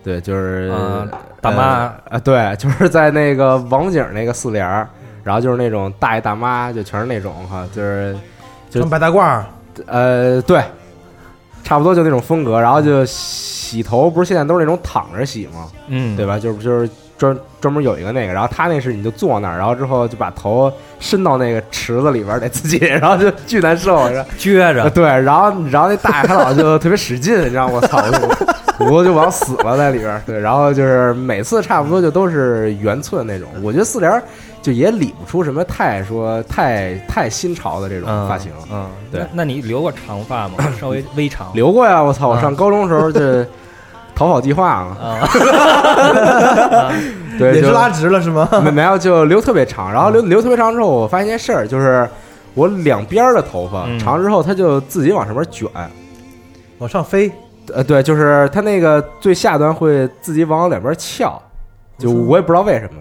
对，就是、啊大妈啊、呃对，就是在那个王府井那个四联儿，然后就是那种大爷大妈，就全是那种哈，就是就穿白大褂儿，呃对，差不多就那种风格，然后就洗头，不是现在都是那种躺着洗吗？嗯，对吧？就是就是专专门有一个那个，然后他那是你就坐那儿，然后之后就把头伸到那个池子里边儿得自己， 然后就巨难受，然后撅啊，着，对，然后然后那大爷他老就特别使劲，你知道吗我操，我我就往死了在里边儿。对，然后就是每次差不多就都是圆寸那种，我觉得四联儿就也理不出什么太说太太新潮的这种嗯发型。嗯，对那那你留过长发 吗？稍微微长。留过呀，我操！我嗯上高中时候 就逃跑计划嘛，啊，对， 也就是拉直了是吗？没没有就留特别长，然后嗯留留特别长之后，我发现一件事儿，就是我两边儿的头发嗯长之后，它就自己往上面卷。往上飞，呃，对，就是它那个最下端会自己往两边翘，就我也不知道为什么。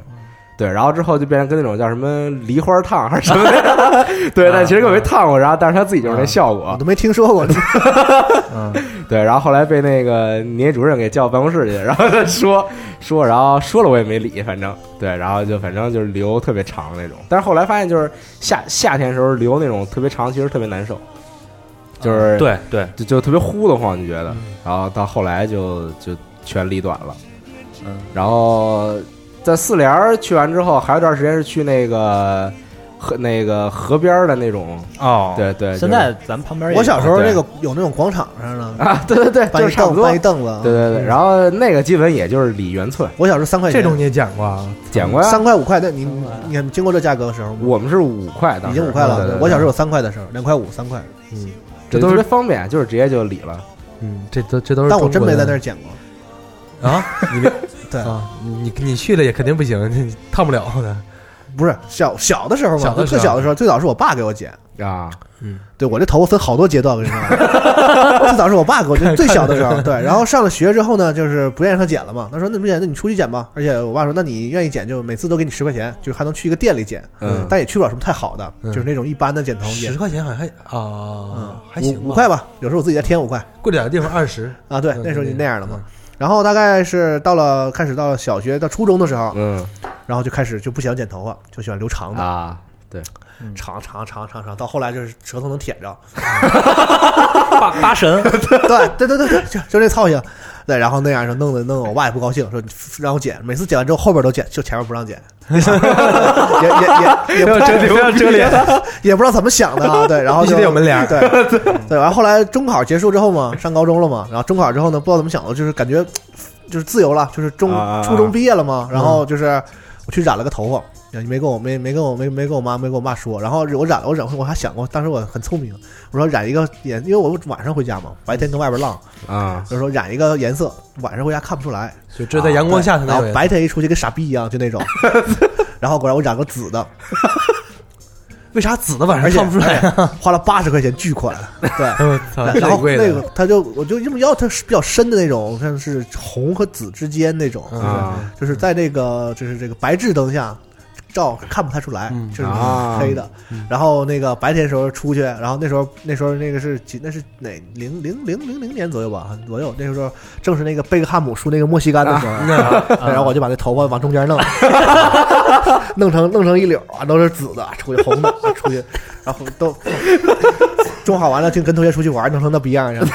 对，然后之后就变成跟那种叫什么梨花烫还是什么的， 对，但其实根本没烫过，然后但是它自己就是那效我果。都没听说过，对，然后后来被那个年级主任给叫办公室去，然后他说说，然后说了我也没理，反正对，然后就反正就是留特别长那种，但是后来发现就是夏夏天的时候留那种特别长，其实特别难受，就是啊对对，就就特别糊得慌，你觉得？嗯然后到后来就就全理短了，嗯，然后在四联儿去完之后，还有一段时间是去那个河那个河边儿的那种，哦，对对，现在咱旁边也有我小时候那个有那种广场上的，啊，对对对，搬就一是差不凳多搬一，嗯凳对子。啊对对，然后那个基本也就是理圆寸，我小时候三块钱，这种你也剪过啊？剪过呀，三块五块的，你你你你经过这价格的时候吗，我们是五块，当已时经五块对对了。对我小时候有三块的时候，两块五三块，嗯对这都特别是方便，就是直接就理了。嗯，这都这都是但中我国的。真没在那儿剪过。啊？你没 对，啊？你你去了也肯定不行，你烫不了嗯的。不是小小的时候嘛，小就的时候特小的时候，最早是我爸给我剪。啊，嗯对我这头发分好多阶段，我跟你说， 最早是我爸给我，就最小的时候，对，然后上了学之后呢，就是不愿意让他剪了嘛，他说那不剪，那你出去剪吧，而且我爸说，那你愿意剪就每次都给你十块钱，就是还能去一个店里剪，嗯，但也去不了什么太好的，嗯就是那种一般的剪头十剪，块钱好像还嗯啊，还行五五吧块吧，有时候我自己再添五块贵点的地方二十。啊，对嗯，那时候就那样了嘛嗯。然后大概是到了开始到了小学到初中的时候，嗯然后就开始就不喜欢剪头发，就喜欢留长的，啊，长长长长长，到后来就是舌头能舔着，八八 神， 对对对对对，就就这操性。对，然后那样说弄得弄得我爸也不高兴，说你让我剪，每次剪完之后后边都剪，就前面不让剪， 也也也也不太不要遮脸，也不知道怎么想的啊，对，然后必须就得有门帘儿对 对，然后后来中考结束之后嘛，上高中了嘛，然后中考之后呢，不知道怎么想的，就是感觉就是自由了，就是中啊啊啊初中毕业了嘛，然嗯后就是我去染了个头发。没跟我没没跟我没没跟我妈没跟我爸说，然后我染了我染我还想过，当时我很聪明，我说染一个颜，因为我晚上回家嘛，白天跟外边浪， 啊，就是说染一个颜色，晚上回家看不出来，就啊只有在阳光下才然能后有人白天一出去跟傻逼一样，就 那种。然后果然我染个紫的，为啥紫的晚上而且 哎看不出来啊？花了八十块钱巨款， 对。我操，然这后挺贵那的个他就我就因为要它是比较深的那种，像是红和紫之间那种，嗯啊就是在那个就是这个白炽灯下照看不太出来，嗯就是啊黑的。然后那个白天时候出去，然后那时候那时候那个是几那是哪零零零零零年左右吧左右，那时候正是那个贝克汉姆输那个墨西哥的时候， 对然后我就把那头发往中间弄， 弄成弄成一绺啊，都是紫的，出去红的，出去，然后都 中考完了，就跟同学出去玩，弄成那逼样儿，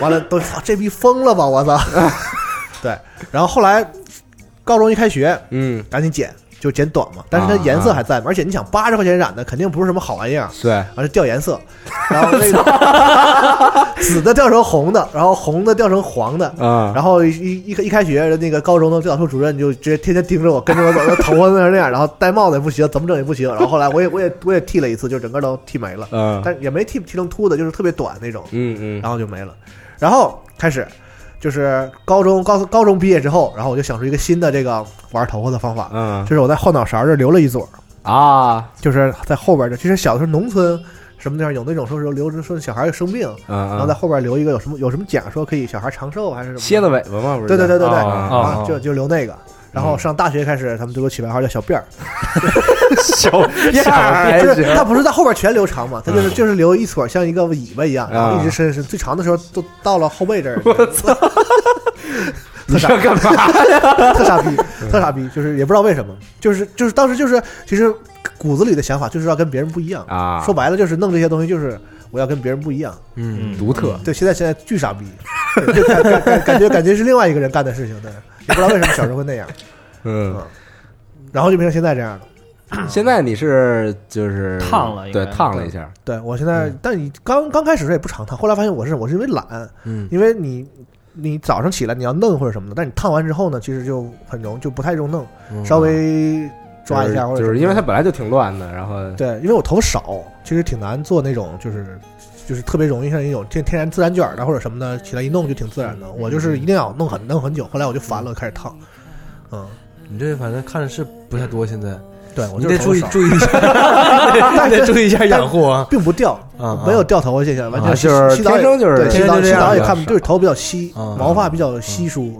完了都操这逼疯了吧，我操！对，然后后来高中一开学，嗯，赶紧剪，就剪短啊嘛，但是它颜色还在嘛，而且你想八十块钱染的肯定不是什么好玩意儿，对，完了掉 颜色，然后那个紫的掉成红的，然后红的掉成黄的，啊，然后一一一开一开学，那个高中的教导处主任就直接天天盯着我，跟着我走，那头发那样，然后戴帽子也不行，怎么整也不行。然后后来我也我也我也剃了一次，就整个都剃没了，嗯但也没剃剃成秃的，就是特别短那种，嗯嗯，然后就没了。然后开始就是高中高高中毕业之后，然后我就想出一个新的这个玩头发的方法，嗯就是我在后脑勺这儿留了一撮儿，啊，就是在后边儿这，其实小的时候农村什么地方有那种说是留着说小孩儿有生病，然嗯后嗯，在后边儿留一个有什么有什么奖说可以小孩儿长寿还是什么蝎子尾巴嘛，不是？嗯对对对对对，啊啊啊啊，就就留那个。然后上大学开始，他们对我起外号叫小辫儿， 小辫儿还就是哎行嗯他不是在后边全留长嘛，他就是就是留一撮像一个尾巴一样，然啊后一直伸伸，最长的时候都到了后背这儿，你这干嘛？特傻逼，嗯特傻逼，就是也不知道为什么，就是就是当时就是其实骨子里的想法就是要跟别人不一样啊说白了就是弄这些东西就是我要跟别人不一样，嗯，独特对，现在现在巨傻逼，对就感感感感觉感觉是另外一个人干的事情，对，也不知道为什么小时候会 那样，嗯，然后就变成现在这样了。现在你是就是烫了应该对，烫了一下，对我现嗯在，但你刚刚开始的时候也不常烫，后来发现我是我是因为懒，嗯，因为你你早上起来你要弄或者什么的，但你烫完之后呢，其实就很容就不太容易弄，嗯稍微抓一下或就者是什就是么的因为它本来就挺乱的，然后对，因为我头发少，其实挺难做那种就是就是特别容易像那种天天然自然卷儿的或者什么的，起来一弄就挺自然嗯的。我就是一定要弄很弄很久，后来我就烦了，开始烫。嗯，你这反正看着是不太多，现在对我你就得是注头发意少，注意 一下，但你得是注意一下养护啊。并不掉，啊啊没有掉头发现象，完全啊就是洗澡也天生就是对，洗天澡生就洗这澡样也的看不，就是头比较稀，啊毛发比较稀疏。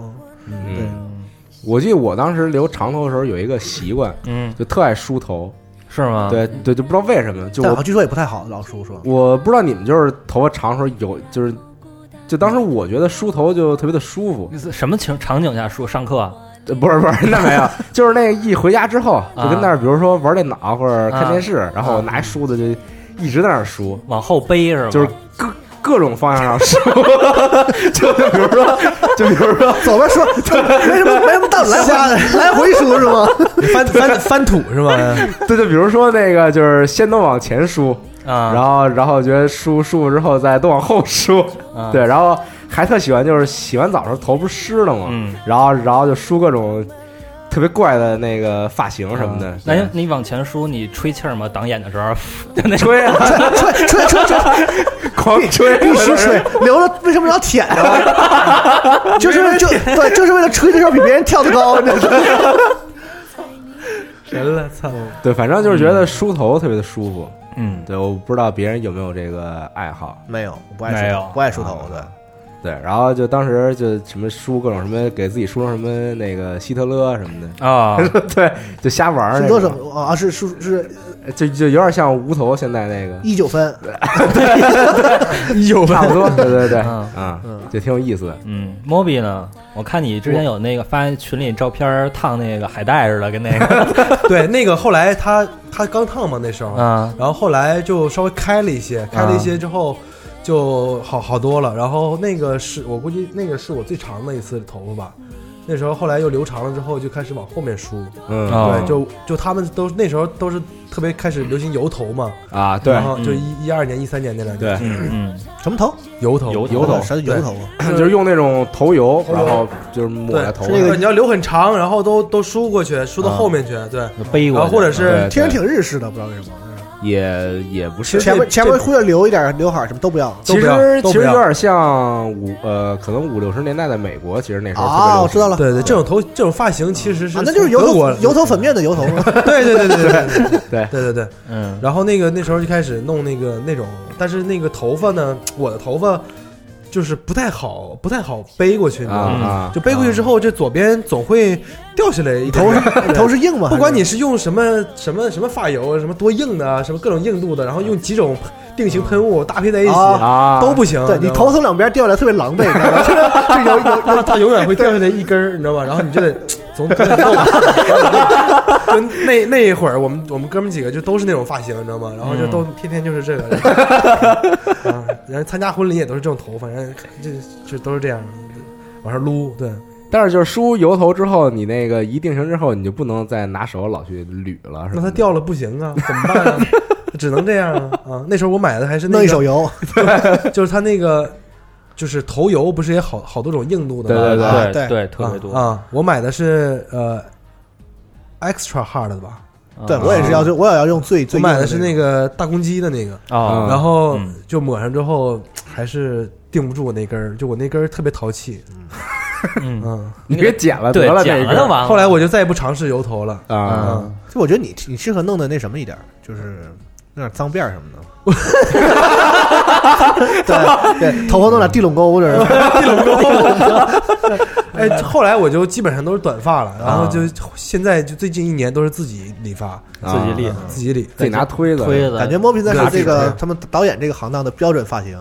嗯对嗯，我记得我当时留长头的时候有一个习惯，嗯，就特爱梳头，是啊吗？，对对，就不知道为什么，就但我好像据说也不太好，老叔 说。我不知道你们就是头发长的时候有就是，就当时我觉得梳头就特别的舒服，什么情场景下说上课啊？呃不是不是，那 没有，就是那一回家之后，就跟那啊儿，比如说玩电脑或者看电视，然后我拿一梳子就一直在那儿梳，往后背啊是 吗？就是各各种方向上梳， 就就比如说，就比如说，左边 说，没什么没什么道理，来 回来回说是吗？你翻翻翻土是 吧？对对，比如说那个就是先都往前梳，啊，然后然后觉得梳梳之后再都往后梳，啊对，然后还特喜欢就是洗完澡的时候头不是湿了吗？嗯然后然后就梳各种特别怪的那个发型什么的，啊那你你往前梳，你吹气儿吗？挡眼的时候， 就那吹啊吹吹吹吹，狂 吹， 必须吹，留着为什么要舔着？ 就是为就对，就是为了吹的时候比别人跳得高，真的人了， 操！对，反正就是觉得梳头特别的舒服。嗯，对，我不知道别人有没有这个爱好。没有，我不没爱梳有头，不爱梳头，对，对，然后就当时就什么梳各种什么，给自己梳成什么那个希特勒什么的， 啊， 对，就瞎玩儿是那多种。少啊？是梳是就就有点像无头现在那 个，一九分，有差不多，对对对，嗯啊嗯，就挺有意思的。嗯，Moby 呢？我看你之前有那个发群里照片儿烫那个海带似的，跟那 个对，那个后来他他刚烫嘛那时候，啊，然后后来就稍微开了一啊些，开了一些之后就好好多了。然后那个是我估计那个是我最长的一次头发吧。那时候后来又留长了之后，就开始往后面梳。嗯哦啊对，就就他们都那时候都是特别开始流行油头嘛，啊，对然后就嗯一一二年、一三年那两年，对，嗯什么头？油头油头油头啥叫油头啊？就是用那种头油，头油然后就是抹在头上对是那个你要留很长，然后都都梳过去，梳到啊后面去，对，嗯，背然过后去，或者对是听着挺日式的，不知道为什么。也也不其是实。前面这前面忽略留一点刘海儿什么都不要。都其不要实都其不实有要点像五呃，可能五六十年代的美国，其实那时候特别啊，流我行知道了，对对，这种头这种发型其实是啊，那就是油德国头油头粉面的油头。 对对对 对对对对对对对。嗯，然后那个那时候就开始弄那个那种，但是那个头发呢，我的头发就是不太好，不太好背过去，你知道啊吗？啊，就背过去之后，这左边总会掉下来一点头点是头是硬吗？不管你是用什么什么什么发油，什么多硬的啊，什么各种硬度的，然后用几种定型喷雾搭配在一起，啊啊都不行。对你知道头吗从两边掉下来特别狼 狈，你知道吗就有有它它永远会掉下来一根儿，你知道吗？然后你就得总总得 弄。就那那一会儿，我们我们哥们几个就都是那种发型，你知道吗？然后就都天天就是这个，啊，然后参加婚礼也都是这种头发，然后就就都是这样往上撸，对。但是就是梳油头之后，你那个一定型之后，你就不能再拿手老去捋了，是吧？那它掉了不行啊，怎么办 啊？只能这样啊啊！那时候我买的还是那个 弄一手油， 就是它那个就是头油不是也好好多种硬度的吗？对啊对对对，特别多啊。啊我买的是呃 extra hard 的吧，嗯对啊我也是要，我也要用最我最硬买的的是那那个大公鸡的那个，啊，然后嗯就抹上之后还是定不住我那根儿，就我那根儿特别淘气，嗯，啊嗯，你别剪了，对啊得，了，剪了那就个完了。后来我就再也不尝试油 头了。啊，嗯个。我觉得你你适合弄的那什么一点儿，就是弄点脏辫儿什么的。 对对，头发嗯弄点地垄沟这是。哎，后来我就基本上都是短发了，然后就现在就最近一年都是自己理发，自嗯己立啊自己理。自己拿推子，推子，感觉莫平在是这对个对他们导演这个行当的标准发型，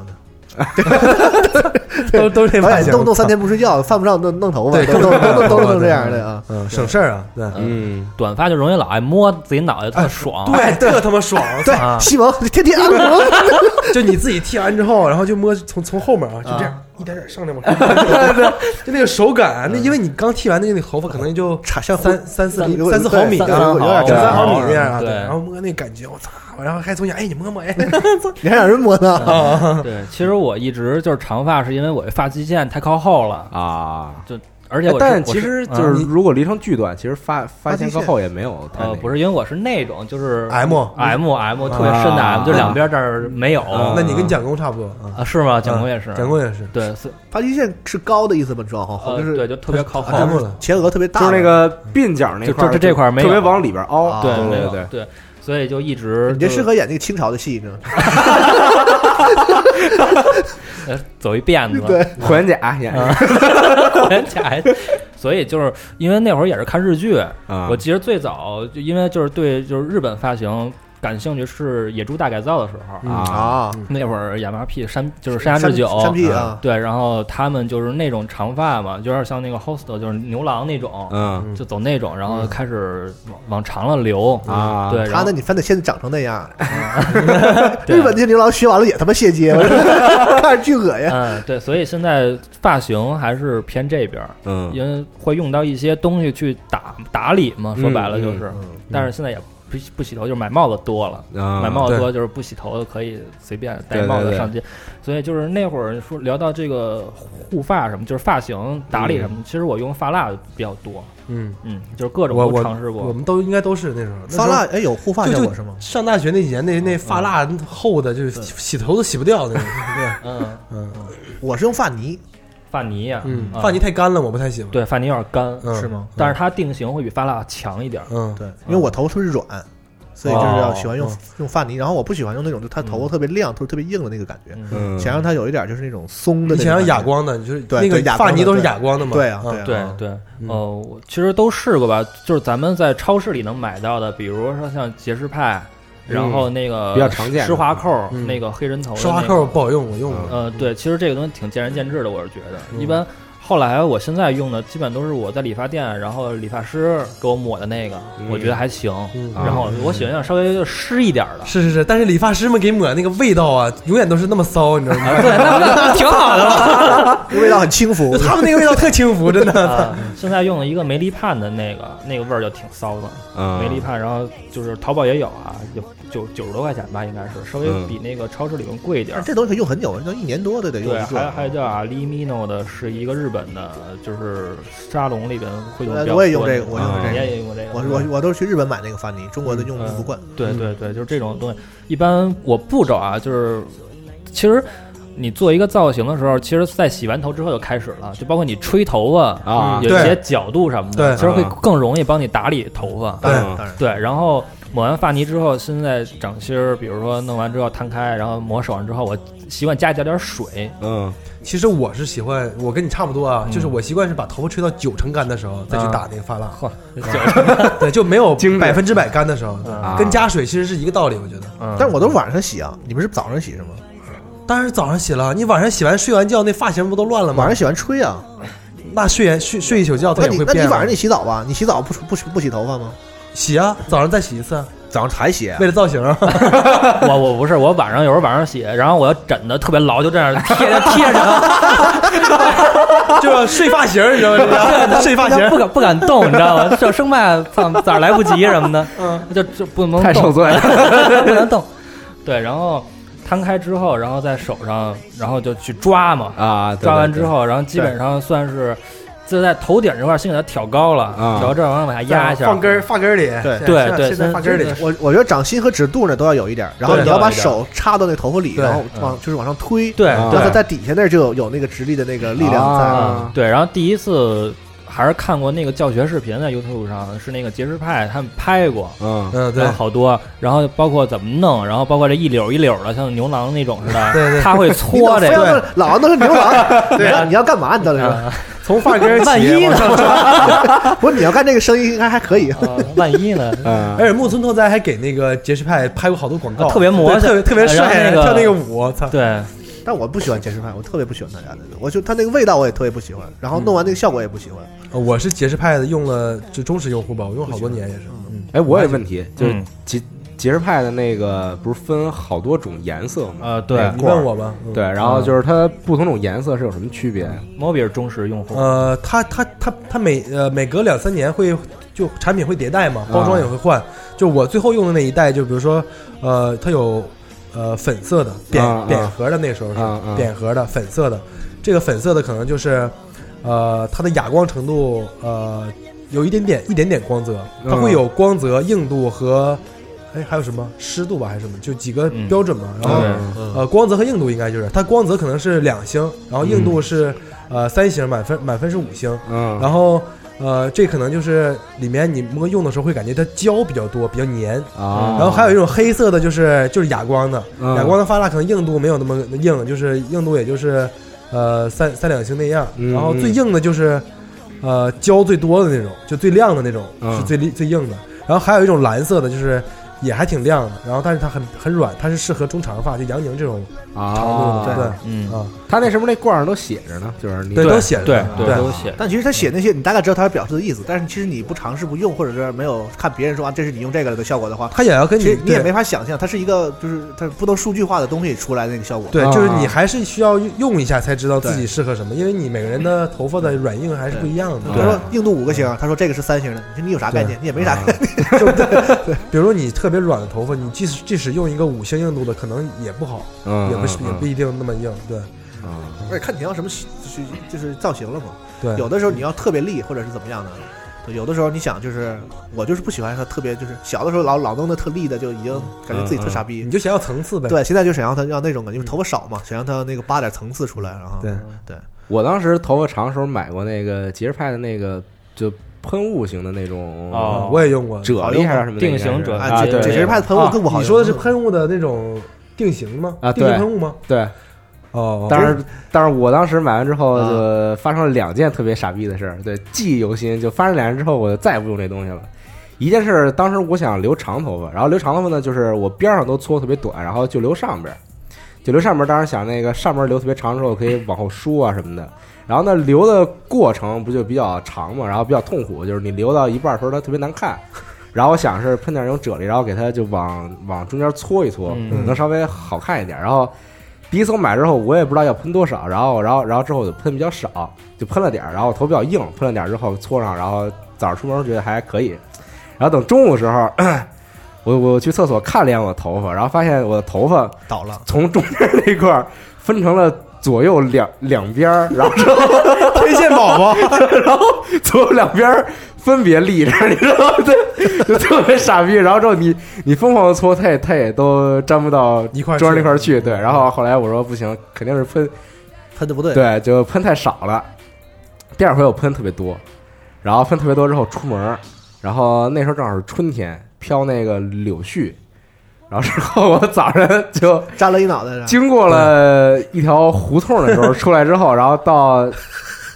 都 都是这导发演型，动不哎动三天不睡觉，犯不上弄弄头发，对都都都都弄这样的啊。嗯，省事儿啊，对，嗯，短发就容易老爱摸自己脑袋，特爽。对，特他妈爽，对啊，西蒙天天按摩， 就你自己剃完之后，然后就摸从从后面啊，就这样、一点点上来往 上，就那个手感，啊那因为你刚剃完那个头发可能就差像三三四厘有三四毫米有的点啊，有点两三三毫毫米那样啊，对对，然后摸那感觉，我操，然后还从想，哎，你摸 摸，哎，你还让人摸呢？嗯 对，其实我一直就是长发，是因为我这发际线太靠后了，啊。而且我是但我其实就嗯是，如果离成巨短，其实发发际线和线后也没有太那呃，个不是，因为我是那种就是 M M M 特别深的啊 M，就两边这儿没有。哦啊那你跟蒋工差不多啊，啊是吗？蒋工也是，蒋工也是，对，是发际线是高的意思吧？主要哈，呃就，是对，就特别靠后啊。M 了，前额特别大，就是那个鬓角那就块儿，就这块儿没有特别往里边凹，啊对，没对有哦对 对，所以就一直你这就适合演那个清朝的戏呢。呃走一嗯辫子，对，对，霍元甲演的 而且还，所以就是因为那会儿也是看日剧，啊，我记得最早就因为就是对就是日本发型感兴趣是《野猪大改造》的时候，嗯啊啊，那会儿亚麻屁山就是山下智久，山屁啊，对，然后他们就是那种长发嘛，有点像那个 hostel，就是牛郎那种，嗯就走那种，然后开始往往长了留。啊，对，然他后那你翻得现在长成那 样，啊对日本那些牛郎学完了也他妈卸街，我 说看着巨恶啊心。 嗯，对，所以现在发型还是偏这边儿，嗯因为会用到一些东西去打打理嘛，说白了嗯就是，但是现在也不不洗头，就是买帽子多了。啊，买帽对子多就是不洗头可以随便戴帽对对子对上街，所以就是那会儿说聊到这个护发什么，就是发型打理什么，其实我用发蜡比较多，嗯，嗯，就是各种我都我尝试过我。们都应该都是那时候，那时候发蜡哎有护发就效就果是吗？上大学那几年，那那发蜡厚的，就是洗洗头都洗不掉那 种，对，嗯，嗯我是用发泥，发泥呀、嗯，啊发泥太干了，我不太喜欢，对发泥有点干，嗯，是吗但是它定型会比发蜡强一点儿。嗯，对，因为我头特别软，所以就是要喜欢用哦嗯用发泥，然后我不喜欢用那种就他头发特别亮、特特别硬的那个感觉，嗯，嗯，想让它有一点就是那种松的你那种感觉。想要哑光的，你就是对那个对哑光发的泥都是对哑光的嘛？对啊嗯对啊对嗯对，嗯呃，我其实都试过吧，就是咱们在超市里能买到的，比如说像杰士派，然后那个比较常见施华扣嗯那个黑人头的那个，刷扣不好用，我用嗯过。呃，对，其实这个东西挺见仁见智的，我是觉得。一般后来我现在用的，基本都是我在理发店，然后理发师给我抹的那个，我觉得还行。嗯。然后我喜欢要稍微湿一点儿的是是是，但是理发师们给抹那个味道啊，永远都是那么骚，你知道吗？ 对，那那挺好 的了。味道很轻浮 就。 他们那个味道特轻浮，真的。啊现在用了一个梅丽盼的那个，那个味儿就挺骚的。嗯梅丽盼，然后就是淘宝也有啊，有九九十多块钱吧，应该是稍微嗯比那个超市里面贵一点但儿是。这东西可以用很久，都一年多都得用对，一还啊个。还叫阿里米诺的，是一个日本的，就是沙龙里边会用对比呃较多的。啊我也用这个我用这个你也用过这个。我我我都是去日本买那个发泥，中嗯国的用不惯。对对对，就是这种东西。一般我步骤啊，就是其实你做一个造型的时候，其实在洗完头之后就开始了，就包括你吹头发啊有一些角度什么对的，其实会啊更容易帮你打理头发。当然嗯当然，对，然后抹完发泥之后，现在掌心儿，比如说弄完之后摊开，然后抹手上之后，我习惯加一点点水。嗯 其实我是喜欢，我跟你差不多啊，嗯就是我习惯是把头发吹到九成干的时候再去打那个发蜡，嚯， 对，就没有精致百分之百干的时候，嗯跟加水其实是一个道理，我觉得。嗯但我都是晚上洗啊，你们是早上洗是吗？嗯当然是早上洗了，你晚上洗完睡完觉，那发型不都乱了吗晚上？喜欢吹啊。那睡完睡睡一宿觉，它那也你会那变你啊。晚上你洗澡吧？你洗澡不不不洗头发吗？洗啊，早上再洗一次啊，早上还洗啊？为了造型啊。 我我不是，我晚上有时候晚上洗，然后我要枕的特别牢，就这样贴着贴着。就是睡发型，你知道啊 吗？睡发型，不敢不敢动，你知道吗？就生怕放哪儿来不及什么的，嗯就就不能太受动，罪了， 不能动。对，然后摊开之后，然后在手上，然后就去抓嘛，啊，对抓完对之对后，然后基本上算是就在头顶这块儿先给它挑高了，啊挑到这儿，然后往下压一下，放根儿发根儿里。对现在对对现在发根儿里真的。我我觉得掌心和指肚那都要有一点儿，然后对你要把都要有一点手插到那头发里，对然后往就是往上推，对啊然后它在底下那儿就有有那个直立的那个力量在。啊对，然后第一次。还是看过那个教学视频，在 YouTube 上是那个杰士派他们拍过，啊嗯嗯，对然后，好多，然后包括怎么弄，然后包括这一绺一绺的，像牛郎那种似 的，对对他会你搓怎 这么非要个，弄老王弄成牛郎，你要你要干嘛？你到底是啊从发根儿起万一呢往上抓。不是你要干这个生意应该还可以。呃 万一呢？嗯，而且木村拓哉还给那个杰士派拍过好多广告，啊啊特别魔对性特别特别然后帅，那个跳那个舞，操！对，但我不喜欢杰士派，我特别不喜欢他家那个，我就他那个味道我也特别不喜欢，然后弄完那个效果也不喜欢。呃我是杰士派的，用了就忠实用户吧，我用好多年也是。嗯，哎，我有问题，就是嗯杰杰士派的那个不是分好多种颜色吗？呃，对哎，你问我吧。嗯对，然后就是它不同种颜色是有什么区别？摩比是忠实用户，呃，他他他他每呃每隔两三年会就产品会迭代嘛，包装啊也会换。就我最后用的那一代，就比如说呃，它有呃粉色的扁、啊啊扁盒的，那时候是、啊嗯啊扁盒的粉色的，这个粉色的可能就是呃它的哑光程度呃有一点点一点点光泽，它嗯会有光泽、硬度和哎还有什么湿度吧还是什么，就几个嗯标准嘛，然后。对呃，光泽和硬度应该就是它光泽可能是两星，然后硬度嗯是、呃三星，满分满分是五星，嗯，然后呃这可能就是里面你摸用的时候会感觉它胶比较多，比较粘。啊，然后还有一种黑色的，就是就是哑光的，嗯哑光的发蜡可能硬度没有那么硬，就是硬度也就是呃三三两星那样。嗯然后最硬的就是呃胶最多的那种，就最亮的那种、嗯是最利最硬的。然后还有一种蓝色的，就是也还挺亮的，然后但是它很很软，它是适合中长发，就杨宁这种啊，对对，嗯，啊，它那是不是那罐上都写着呢？就是你对都写着对对都写，但其实他写那些，你大概知道他表示的意思，但是其实你不尝试不用，或者是没有看别人说啊，这是你用这个的效果的话，它也要跟其你实你也对没法想象，它是一个就是它不能数据化的东西出来的那个效果。对，啊就是啊你还是需要用一下才知道自己对适合什么，因为你每个人的头发的软硬还是不一样的。比比如如说说，硬度五个星，他说这个是三星的，你说你有啥概念？你也没啊 啥概念。比如说你特别软的头发，你即使即使用一个五星硬度的，可能也不好，嗯也不是嗯也不一定那么硬。对嗯而且看你要什么就是就是造型了嘛，对，有的时候你要特别立或者是怎么样的，对有的时候你想就是我就是不喜欢他特别就是小的时候老老弄的特立的，就已经感觉自嗯己特傻逼你。就想要层次呗。对，现在就想让他让那种感觉，因为头发少嘛，想让他那个扒点层次出来，然后对对，我当时头发长的时候买过那个杰士派的那个就喷雾型的那种哦啊我也用过。啫喱还是什么的定型啫喱啊，啊，对这这啫实喱派喷雾更不好用。你说的是喷雾的那种定型吗？啊定对型喷雾吗？对，哦，但是但是我当时买完之后啊就发生了两件特别傻逼的事儿，对，记忆犹新。就发生两件之后，我再也不用这东西了。一件事儿，当时我想留长头发，然后留长头发呢，就是我边上都搓特别短，然后就留上边儿，就留上边儿。当时想那个上边儿留特别长之后可以往后梳啊什么的。然后呢，留的过程不就比较长嘛，然后比较痛苦，就是你留到一半儿的时候它特别难看。 然后我想是喷点儿那种啫喱，然后给它就往往中间搓一搓，嗯能稍微好看一点。然后第一次我买之后，我也不知道要喷多少，然后然后然后之后我就喷比较少，就喷了点儿，然后头比较硬，喷了点儿之后搓上，然后早上出门觉得还可以，然后等中午的时候， 我我去厕所看了一眼我的头发，然后发现我的头发倒了，从中间那块儿分成了。左右两两边儿，然后之后 天线宝宝， 然后左右两边儿分别立着，你知道吗？对，就特别傻逼。然后之后你你疯狂的搓，它也它也都粘不到一块儿去嗯中间那块儿去。对，然后后来我说不行，肯定是喷喷的不对，对，就喷太少了。第二回我喷特别多，然后喷特别多之后出门儿，然后那时候正好是春天，飘那个柳絮，然后之后我早上就粘了一脑袋上。 经过了一条胡同的时候出来之后，然后到，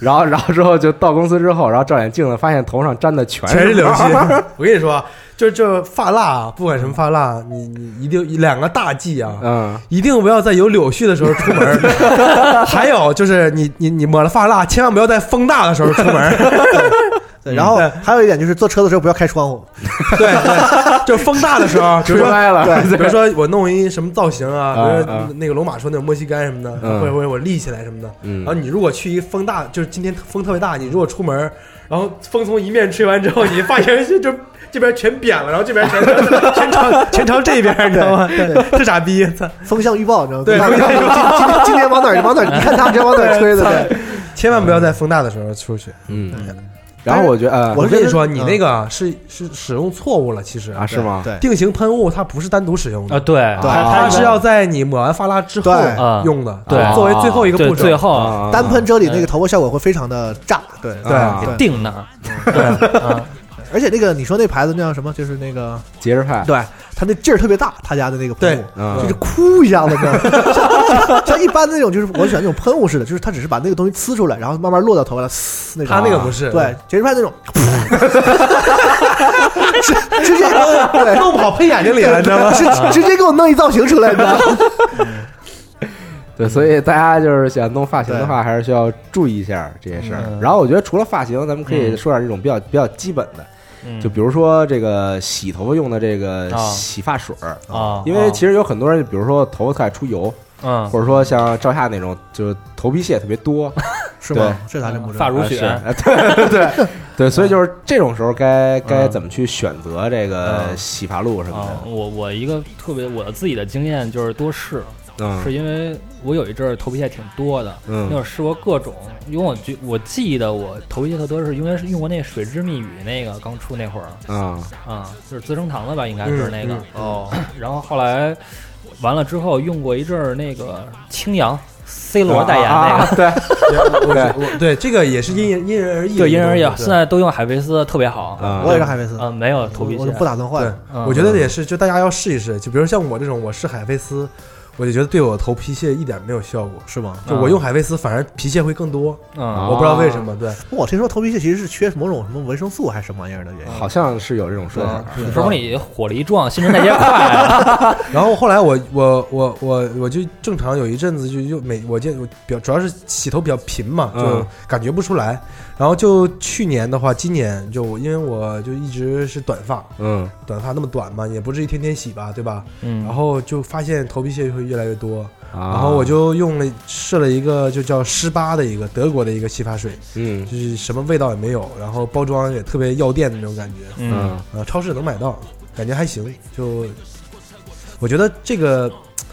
然后然后之后就到公司之后，然后照眼镜子发现头上粘的全全毛是 柳 絮。我跟你说，就就发蜡啊，不管什么发蜡，你你一定两个大忌啊。嗯，一定不要在有柳絮的时候 出门，还有就是你你你抹了发蜡，千万不要在风大的时候出门。对，然后还有一点就是坐车的时候不要开窗户，对对， 就风大的时候，比吹如说歪了，比如说我弄一什么造型啊啊，比如啊说那个龙马说那种墨西干什么的，嗯或者或者我立起来什么的。嗯然后你如果去一风大，就是今天风特别大，你如果出门，然后风从一面吹完之后，你发现就就这边全扁了，然后这边全 全朝全朝这边，你知道吗？ 这傻逼，操！风向预报你知道吗？对今天今天今天往哪儿往哪儿，你看他们直接往哪儿吹的，对，千万不要在风大的时候出去。嗯。然后我觉得，呃我跟你觉得说，你嗯那个是是使用错误了，其实啊，是吗？对，定型喷雾它不是单独使用的啊，，对，对它啊它它是要在你抹完发蜡之后对嗯用的，对作为最后一个对步骤。最后啊，单喷啫喱那个头发效果会非常的炸，对对啊对定那儿，对啊而且那个你说那牌子那叫什么？就是那个，节日派，对，他那劲儿特别大，他家的那个喷雾对。嗯就是哭一下子，你知道吗 像像一般那种，就是我喜欢那种喷雾式的，就是他只是把那个东西呲出来，然后慢慢落到头发上，呲那种。他那个不是啊对，杰士派那种，直直接给我对弄不好喷眼睛里了，你知道 吗？ 直直接给我弄一造型出来，你知道吗？对，所以大家就是想弄发型的对话，还是需要注意一下这些事儿。嗯然后我觉得除了发型，咱们可以说点这种比较比较基本的，嗯就比如说这个洗头发用的这个啊洗发水儿，啊，因为其实有很多人，比如说头发太出油，嗯或者说像赵夏那种，就是头皮屑特别 多，是对吗？这咱真不知道发。如雪嗯啊是 对 对对，所以就是这种时候该该怎么去选择这个嗯洗发露什啊，么我我一个特别我自己的经验就是多试，的，嗯是因为我有一阵儿头皮屑挺多的，那会嗯儿试过各种，因为我觉我记得我头皮屑特多是因为是用过那水之密语那个刚出那会儿啊啊、就是资生堂的吧，应该是嗯那个，哦， 然后后来完了之后用过一阵儿那个青扬 C 罗代言那个。啊对对我对这个也是因人因人而异，对，因人而异。啊现对在都用海飞丝，特别好。啊我也是海飞丝，嗯，没有头皮我屑我不打对算换。，嗯我觉得也是，就大家要试一试。就比如像我这种，我试海飞丝，我就觉得对我头皮屑一点没有效果。是吗？就我用海飞丝，反而皮屑会更多，嗯啊我不知道为什么。对，我听说头皮屑其实是缺某种什么维生素啊还是什么玩意儿的原因。好像是有这种说法。嗯，说明你火力壮，新陈代谢快啊。然后后来我我我我我就正常有一阵子就就每我见我比较主要是洗头比较频嘛，嗯就感觉不出来。然后就去年的话，今年就我因为我就一直是短发，嗯短发那么短嘛，也不至于天天洗吧，对吧？嗯然后就发现头皮屑会越来越多，啊，然后我就用了试了一个就叫施巴的一个德国的一个洗发水，嗯就是什么味道也没有，然后包装也特别药店的那种感觉，嗯，啊，超市能买到，感觉还行。就我觉得这个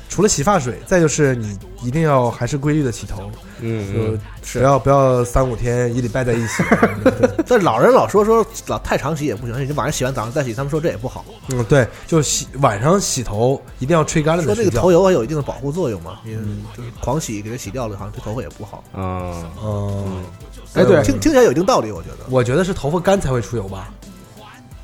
除了洗发水，再就是你一定要还是规律的洗头，嗯就不要不要三五天一礼拜在 一起。对但老人老说说老太常洗也不行，而且你晚上洗完早上再洗，他们说这也不好，嗯，对，就洗晚上洗头一定要吹干了说再这睡个觉头。油还有一定的保护作用嘛，你就是狂洗给它洗掉了，好像对头发也不好。嗯啊，嗯，哎对，听听起来有一定道理，我觉得我觉得是头发干才会出油吧。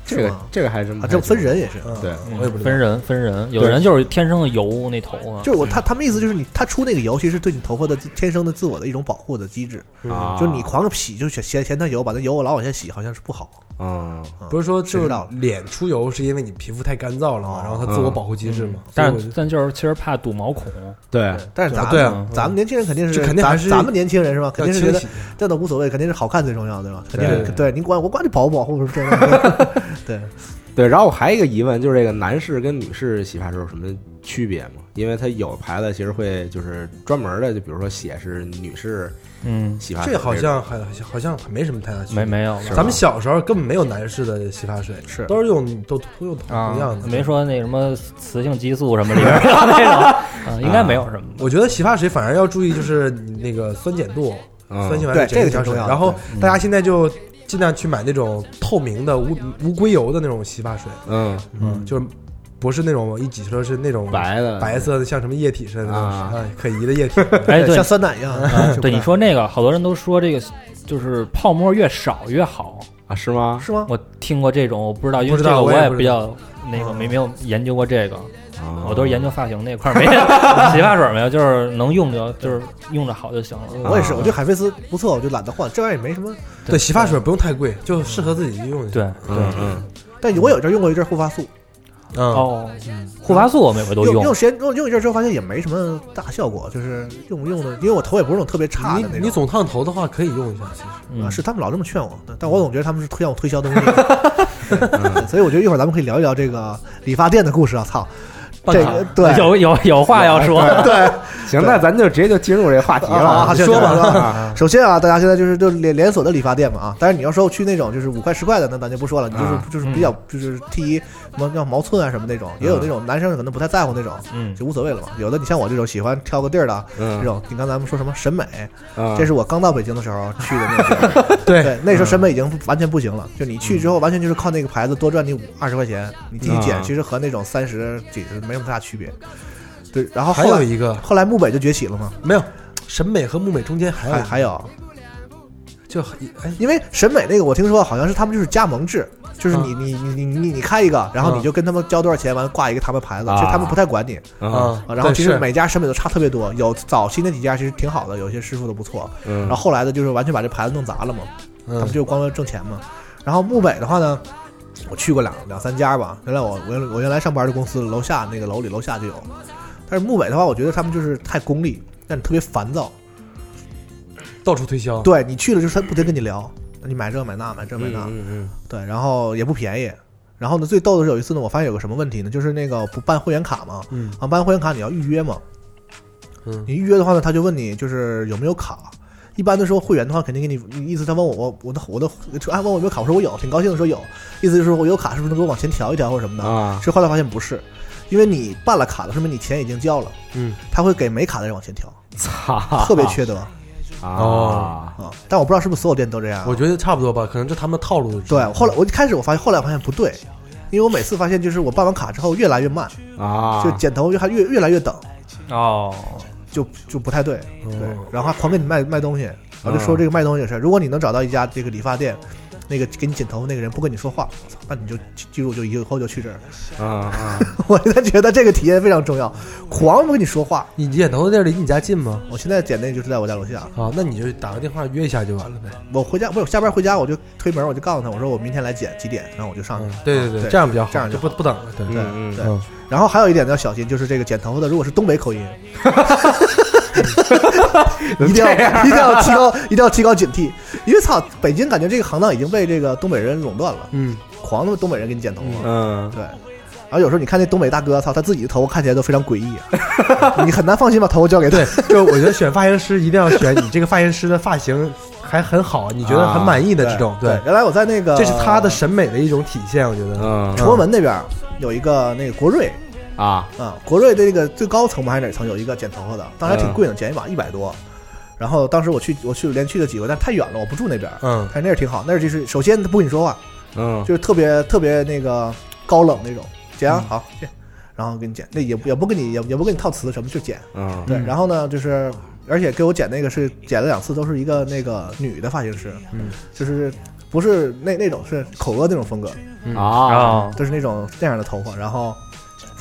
这是个吗这个还真不啊，太这清分楚人也是。嗯，对我也不知道分。人分人，有的人就是天生的油那头啊发，啊就是我他他们意思就是你他出那个油，其实是对你头发的天生的自我的一种保护的机制，啊，就是你狂洗，就是嫌嫌它油，把那油老往下洗，好像是不好。嗯，不是说就谁知是道脸出油是因为你皮肤太干燥了嘛，然后它自我保护机制嘛，所以但我是就但就是其实怕堵毛孔，对，但是咱们对啊咱们年轻人肯定是这肯定还咱是咱们年轻人是吧？肯要定是觉清得洗。这都无所谓，肯定是好看最重要，对吧？肯定对是对，你管我管你保不保护是重要的。对，对，然后我还有一个疑问，就是这个男士跟女士洗发水有什么区别吗？因为它有牌子其实会就是专门的，就比如说写是女士嗯，洗发水这种，好像还好像没什么太大区别。没没有是吧咱们小时候根本没有男士的洗发水，是都是啊用都都用同样的。没。说那什么雌性激素什么 里边儿那种，嗯，啊应该没有什么。我觉得洗发水反而要注意就是你那个酸碱度，嗯酸性完对整这个个香挺水。重要的然后大家现在就尽量去买那种透明的无无硅油的那种洗发水，嗯嗯，就是不是那种一挤出来是那种白的白色的，像什么液体似的那种呃啊哎啊可疑的液体。哎，对像，酸奶一样。是不对是你说那个，好多人都说这个就是泡沫越少越好。啊是吗？是吗？我听过这种，我不知道，因不为知这道嗯个我也也不知比较那个没没有研究过这个，啊哦我都是研究发型那块儿，没 洗发水没有，就是能用着就是用着好就行嗯了。我啊也是，我觉得海飞丝不错，我就懒得换，这玩意儿也没什么。对，洗发水不用太贵，就适合自己用就行。对嗯嗯但我有一阵儿用过一阵儿护发素，嗯，哦，护发素我每回都用用，时间用用一阵儿之后发现也没什么大效果，就是用用的，因为我头也不是那种特别差的那你种。你总烫头的话可以用一下，其实。嗯 啊，是他们老这么劝我，但但我总觉得他们是推向我推销东西，对所以我觉得一会儿咱们可以聊一聊这个理发店的故事啊！操，我这靠个对有有有话要说，行，那咱就直接就进入这个话题啊啊了，啊你行说行吧行说吧， 首先啊，大家现在就是就连连锁的理发店嘛啊，但是你要说去那种就是五块十块的，那咱就不说了，你就是、啊就是比较就是剃什么叫毛寸啊什么那种，也有嗯那种男生可能不太在乎那种，嗯就无所谓了嘛。有的你像我这种喜欢挑个地儿的。啊这嗯，种，你刚才咱们说什么审美？嗯这是我刚到北京的时候去的那个地儿，对对，那时候审美已经完全不行了。就你嗯去之后，完全就是靠那个牌子多赚你二十块钱，你自己啊剪，其实和那种三十几十没什么太大区别。对，然后还后有来一个后来木北就崛起了嘛，没有，审美和木美中间还有还一个还有就哎因为审美那个，我听说好像是他们就是加盟制，就是你、你你你你你开一个，然后嗯你就跟他们交多少钱，完了挂一个他们牌子，啊其实他们不太管你。啊啊然后其实美每家审美都差特别多，有早期那几家其实挺好的，有些师傅都不错，嗯，然后后来的就是完全把这牌子弄砸了嘛，他嗯们就光为挣钱嘛。然后木北的话呢，我去过两两三家吧，原来我我原我原来上班的公司楼下那个楼里楼下就有，但是木北的话，我觉得他们就是太功利，让你特别烦躁。到处推销，对你去了就是他不停跟你聊，你买这买那买这买那，嗯嗯对，然后也不便宜。然后呢，最逗的是有一次呢，我发现有个什么问题呢，就是那个不办会员卡嘛，嗯啊，办会员卡你要预约嘛，嗯你预约的话呢，他就问你就是有没有卡。一般的时候会员的话，肯定给你，你意思他问我，我我的我的说啊问我有没有卡，我说我有，挺高兴的说有，意思就是我有卡，是不是能给我往前调一调或者什嗯么的？啊其实后来发现不是，因为你办了卡了，说明你钱已经交了，嗯，啊他会给没卡的人往前调，操， 特别缺德啊，啊！但我不知道是不是所有店都这样啊。我觉得差不多吧，可能这他们的套路。对，后来我一开始我发现，后来我发现不对，因为我每次发现就是我办完卡之后越来越慢，啊，就剪头越还越越来越等，哦，就就不太对，哦对，然后还狂给你卖卖东西，然后就说这个卖东西的事儿。如果你能找到一家这个理发店，那个给你剪头发那个人不跟你说话，我操那你就记记住，就以后就去这儿。啊啊， 我现在觉得这个体验非常重要，狂不跟你说话。你剪头的地儿离你家近吗？我现在剪那个就是在我家楼下，啊，那你就打个电话约一下就完了呗。我回家不是我下班回家我就推门我就告诉他，我说我明天来剪几点，然后我就上嗯去。，对对对，啊对这样比较好，这样就就不好不等了。对，对嗯嗯对嗯，然后还有一点要小心，就是这个剪头发的，如果是东北口 音，一定要啊一定要提高，一定要提高警惕，因为操，北京感觉这个行当已经被这个东北人垄断了，嗯，狂他妈东北人给你剪头发，嗯对。然后有时候你看那东北大哥，操，他自己的头发看起来都非常诡异、啊 你很难放心把头发交给他。 对，就我觉得选发型师一定要选你这个发型师的发型还很好，你觉得很满意的这种，啊对对，，原来我在那个这是他的啊审美的一种体现，我觉得。嗯崇文门那边儿有一个那个国瑞啊啊，国瑞的那个最高层吧还是哪层有一个剪头发的，当时还挺贵的，剪一把一百多。然后当时我去我去连去了几回，但太远了，我不住那边儿。嗯但是那儿挺好，那儿就是首先他不跟你说话，嗯就是特别特别那个高冷那种，剪啊好剪，然后给你剪，那也不也不跟你也也不跟你套词什么，就剪。嗯对，然后呢，就是而且给我剪那个是剪了两次，都是一个那个女的发型师，嗯，就是不是那那种是口额那种风格，啊哦，就是那种那样的头发，然后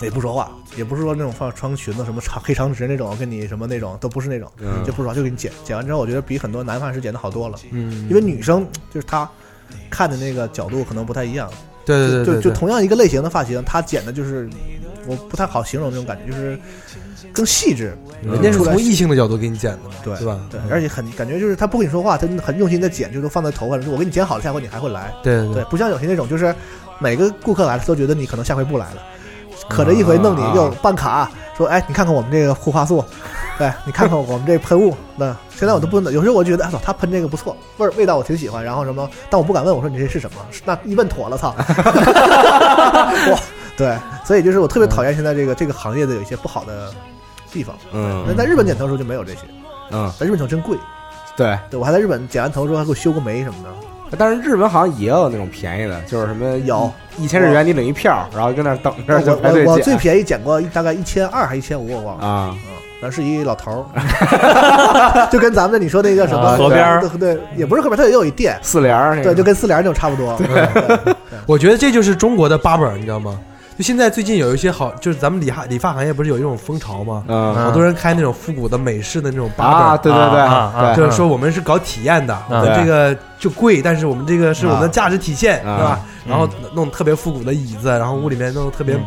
也不说话，也不是说那种放穿个裙子什么长黑长直那种，跟你什么那种都不是那种，嗯就不说话就给你剪，剪完之后我觉得比很多男发师剪的好多了，嗯因为女生就是她看的那个角度可能不太一样。对对对就对，就对同样一个类型的发型，他剪的就是我不太好形容这种感觉，就是更细致。嗯人人家家出是来从异性的角度给你剪的嘛，对是吧？对嗯，而且很感觉就是他不跟你说话，他很用心的剪，就都放在头发上，说我给你剪好了，下回你还会来。对嗯对对，不像有些那种就是每个顾客来了都觉得你可能下回不来了，可这一回弄你嗯啊又办卡，说哎你看看我们这个护发素，对你看看我们这喷雾，那现在我都不 能，有时候我觉得哎操他喷这个不错，味儿味道我挺喜欢，然后什么，但我不敢问我说你这是什么，那一问妥 了操，哇，对，所以就是我特别讨厌现在这个这个行业的有一些不好的地方。那嗯在日本剪头的时候就没有这些，嗯，在日本剪头真贵，对。对我还在日本剪完头之后还给我修过眉什么的，但是日本好像也有那种便宜的，就是什么有一千日元你领一票，然后跟那儿等着就排我队我我最捡便宜剪过一大概一千二还一千五，我忘了。啊。嗯，然后是一老头儿，就跟咱们那你说那个什么啊河边儿对对，也不是河边儿，它也有一店，四联儿那对，个，就跟四联儿那种差不多。对嗯 我觉得这就是中国的八本儿，你知道吗？就现在最近有一些好，就是咱们理发理发行业不是有一种风潮吗？嗯好多人开那种复古的美式的那种八本啊，儿。对对啊啊对对，啊就是说我们是搞体验的，我嗯们这个就贵，但是我们这个是我们的价值体现，啊对吧？嗯然后弄特别复古的椅子，然后屋里面弄特别嗯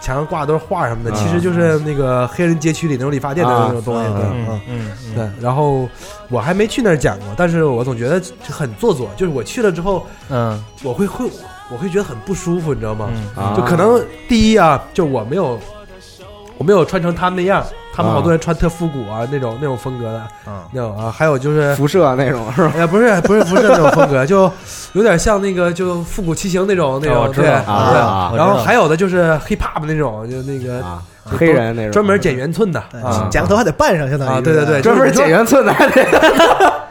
墙上挂的都是画什么的，嗯其实就是那个黑人街区里那种理发店的那种东西，啊对吧嗯嗯嗯嗯，对，然后我还没去那儿讲过，但是我总觉得就很做作，就是我去了之后，嗯我会会我会觉得很不舒服，你知道吗？嗯啊就可能第一啊，就我没有我没有穿成他们那样，他们好多人穿特复古啊那种那种风格的嗯那种啊，还有就是。辐射那种是吧？哎呀，不是不是不是那种风格，就有点像那个就复古骑行那种那哦种我知对道啊对啊然我后知道还有的就是 hip hop 那种，就那个啊，黑人那种专门剪圆寸的对啊剪个头还得扮上，相当于啊，是对对对，专门就是剪圆寸的，还得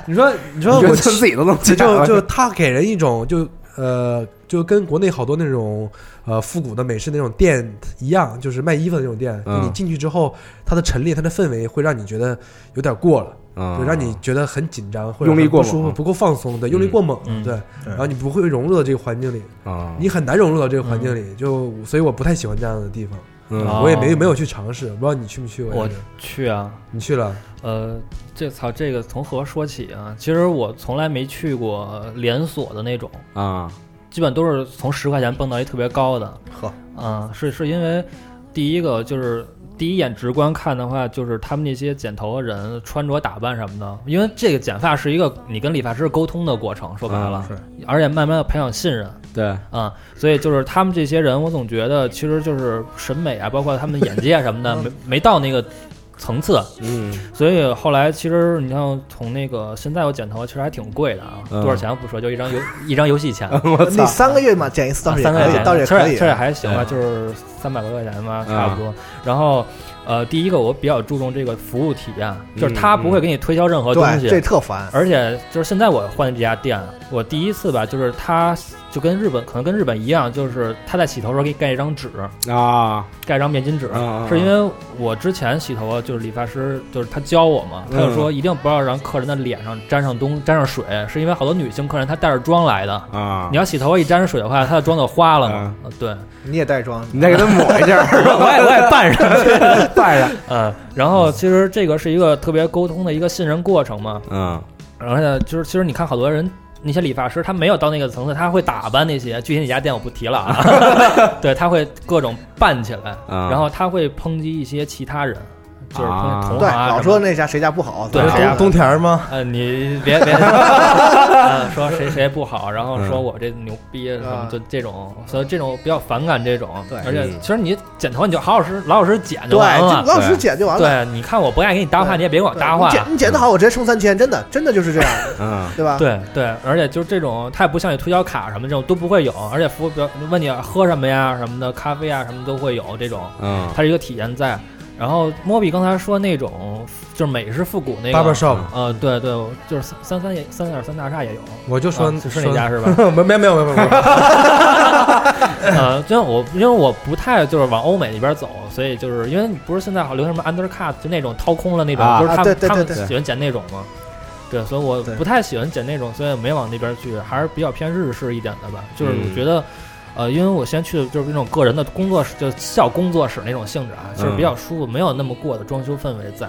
你说你说圆我寸自己都能就剪就了，就他给人一种就呃，就跟国内好多那种呃复古的美式那种店一样，就是卖衣服的那种店，嗯你进去之后，它的陈列、它的氛围会让你觉得有点过了，嗯就让你觉得很紧张，或者用力很过不猛舒服，嗯不够放松，对，用力过猛，嗯对，对然后你不会融入到这个环境里，啊，你很难融入到这个环境里，就所以我不太喜欢这样的地方，嗯嗯啊哦我也没没有去尝试，不知道你去没去过，我去啊，你去了，呃，这操，这个从何说起啊？其实我从来没去过连锁的那种，啊基本都是从十块钱蹦到一特别高的。呵，啊，是是因为第一个就是第一眼直观看的话，就是他们那些剪头的人穿着打扮什么的，因为这个剪发是一个你跟理发师沟通的过程，说白了，嗯而且慢慢的培养信任。对啊、所以就是他们这些人，我总觉得其实就是审美啊，包括他们的眼界啊什 么的，没没到那个层次。嗯所以后来其实你像从那个现在我剪头其实还挺贵的啊，嗯多少钱不说，就一张邮一张游戏钱，啊我那操 三个月嘛，剪一次倒是也三个可月以，钱，倒是也其实可以也嗯其。实也还行吧，嗯就是三百多块钱吧，差不多。然后呃，第一个我比较注重这个服务体验，就是他不会给你推销任何东嗯对，西，啊这特烦。而且就是现在我换的这家店，啊我第一次吧，就是他就跟日本可能跟日本一样，就是他在洗头的时候给你盖一张纸，啊盖一张面巾纸。啊，是因为我之前洗头啊，就是理发师，就是他教我嘛，他就说一定不要让客人的脸上沾上东沾上水，是因为好多女性客人她带着妆来的，啊，你要洗头发一沾上水的话，她的妆就花 了嘛。呃对，你也带妆，你再给他抹一下， 我也我也扮上。带上， 嗯，然后其实这个是一个特别沟通的一个信任过程嘛，嗯而且就是其实你看好多人。那些理发师他没有到那个层次，他会打扮那些。具体哪家店我不提了啊， 对，他会各种扮起来，啊然后他会抨击一些其他人，就是抨击啊同对，行啊老什么说的。那家谁家不好，对怎么谁样家冬冬天儿吗？呃，你别别呃 说谁谁不好，然后说嗯我这牛逼什么啊，就这种，所以这种比较反感这种。对而且嗯其实你剪头你就好老实老老实实剪就对，完就了。老师剪就完了。啊对，你看我不爱给你搭话，对你也别给我对搭你话。剪你剪的好，我直接充三千，真的，真的就是这样，嗯对啊吧？对对，而且就是这种，他也不像你推销卡什么这种都不会有，而且服务表问你喝什么呀什么的，咖啡啊什么都会有这种，嗯它是一个体验在。然后莫比刚才说那种就是美式复古那八本个儿，shop，呃，对对，就是三三三也三二三大厦也有，我就说啊是说那家是吧？ 没没有没有没有没 有， 呃，就像我，因为我不太就是往欧美那边走，所以就是因为你不是现在好流行什么 undercut，就那种掏空了那种，啊就是他啊对们对他对们对喜欢剪那种嘛。对，所以我对不太喜欢剪那种，所以没往那边去，还是比较偏日式一点的吧。就是嗯我觉得，呃，因为我先去的就是那种个人嗯的工作室，就是小工作室那种性质啊，就是比较舒服，没有那么过的装修氛围在。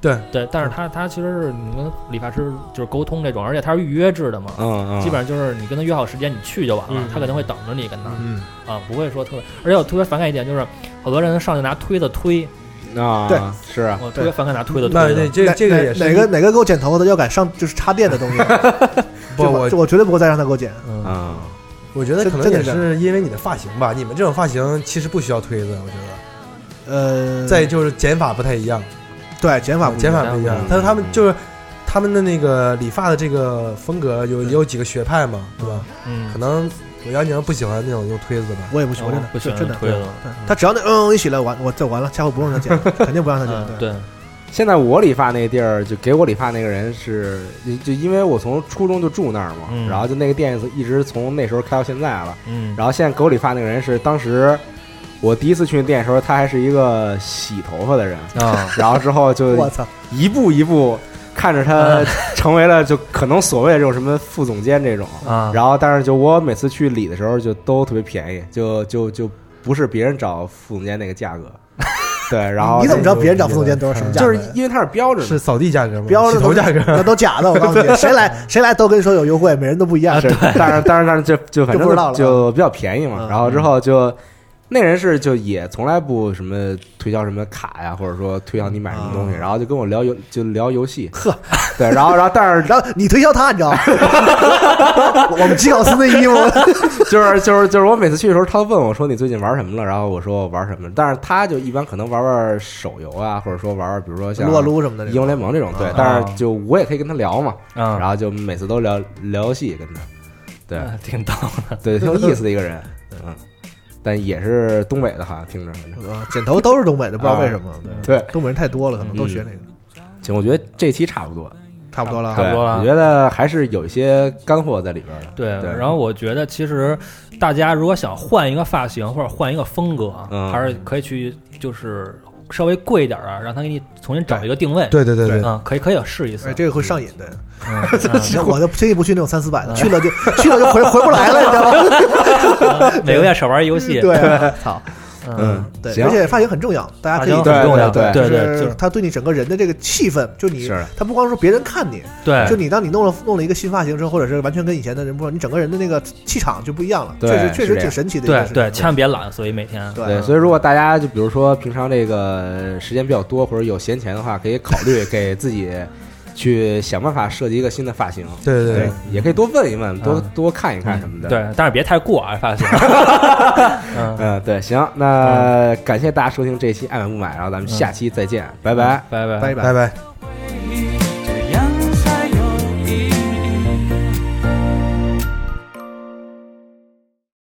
对，对，但是他他其实是你跟理发师就是沟通这种，而且他是预约制的嘛，嗯嗯，基本上就是你跟他约好时间，你去就完了，啊嗯他肯定会等着你跟那儿嗯，啊，不会说特别。而且我特别反感一点就是，好多人上去拿推子推，啊，对，是啊，我特别反感拿推子推那的。那这哪个这个也是哪哪个哪个给我剪头发的要敢上就是插电的东西，不就我就我绝对不会再让他给我剪。嗯，嗯，我觉得真可能也真的是因为你的发型吧，你们这种发型其实不需要推子，我觉得。呃，再就是剪法不太一样，对剪法不一剪样法不一样嗯。但是他们就是他们的那个理发的这个风格有嗯也有几个学派嘛，对吧？嗯可，能我杨宁不喜欢那种用推子吧。我也不喜欢，我真的不喜欢真的推子。哦对他只要那嗯嗯一起来完，我这完了，下回不用让他 剪，肯定不让他嗯剪。，对，对，现在我理发那地儿，就给我理发那个人是，就就因为我从初中就住那儿嘛，嗯然后就那个店一直从那时候开到现在了。嗯，然后现在给我理发那个人是当时我第一次去那店的时候，他还是一个洗头发的人，啊， 然后之后就我操，一步一步看着嗯他成为了就可能所谓的这种什么副总监这种啊然后但是就我每次去理的时候就都特别便宜，就就就不是别人找副总监那个价格，对，然后你怎么知道这个别人找副总监都是什么价就格是呀？因为他是标准的是扫地价格吗？标洗着头价格。 那都假的，我告 诉你，谁来谁来都跟你说有优惠，每人都不一样。是，但是但是但是就就反就不知道正了就比较便宜嘛。嗯然后之后就那人是就也从来不什么推销什么卡呀，或者说推销你买什么东西，然后就跟我聊游就聊游戏，呵，对，然后然后 但是然后你推销他，你知道吗？ 我们基考斯的 衣服，就是就是就是我每次去的时候，他问我说你最近玩什么了，然后我说我玩什么，但是他就一般可能玩玩手游啊，或者说玩玩比如说像撸啊撸什么的这英雄种。联盟这种，对啊，但是就我也可以跟他聊嘛，嗯，啊然后就每次都聊聊游戏跟他，对。 啊挺逗的。对，挺有意思的一个人，嗯，但也是东北的哈，听着 反正。啊剪头都是东北的，不知道为什么。啊对，嗯东北人太多了，可能都学那个，行，我觉得这期差不多，差不多了差啊。不多了对我觉得还是有一些干货在里边的。对，对然后我觉得其实大家如果想换一个发型或者换一个风格，嗯还是可以去就是稍微贵一点啊，让他给你重新找一个定位。对对对对，嗯，可以可以试一试哎，。这个会上瘾的。嗯嗯那 我就轻易不去那种三四百的，去了就去了就回回不来了，你知道吗？ 嗯每个月少玩一游戏。 对，操，嗯，嗯，对，行而，且发型很重要，大家发可以型对很重要。对对就对，就是他对你整个人的这个气氛，就你是他不光说别人看你，对，就你当你弄了弄了一个新发型之后，或者是完全跟以前的人不一样，你整个人的那个气场就不一样了，对确实确是这实样挺神奇的一件对事情。对，千万别懒，所以每天对啊对，所以如果大家就比如说平常这个时间比较多或者有闲钱的话，可以考虑给自己去想办法设计一个新的发型。对对对对，，也可以多问一问，多多看一看什么的。，对，但是别太过啊，发型。嗯，嗯，对，行，那感谢大家收听这期《爱买不买》，然后咱们下期再见，拜拜。拜拜拜拜拜。拜。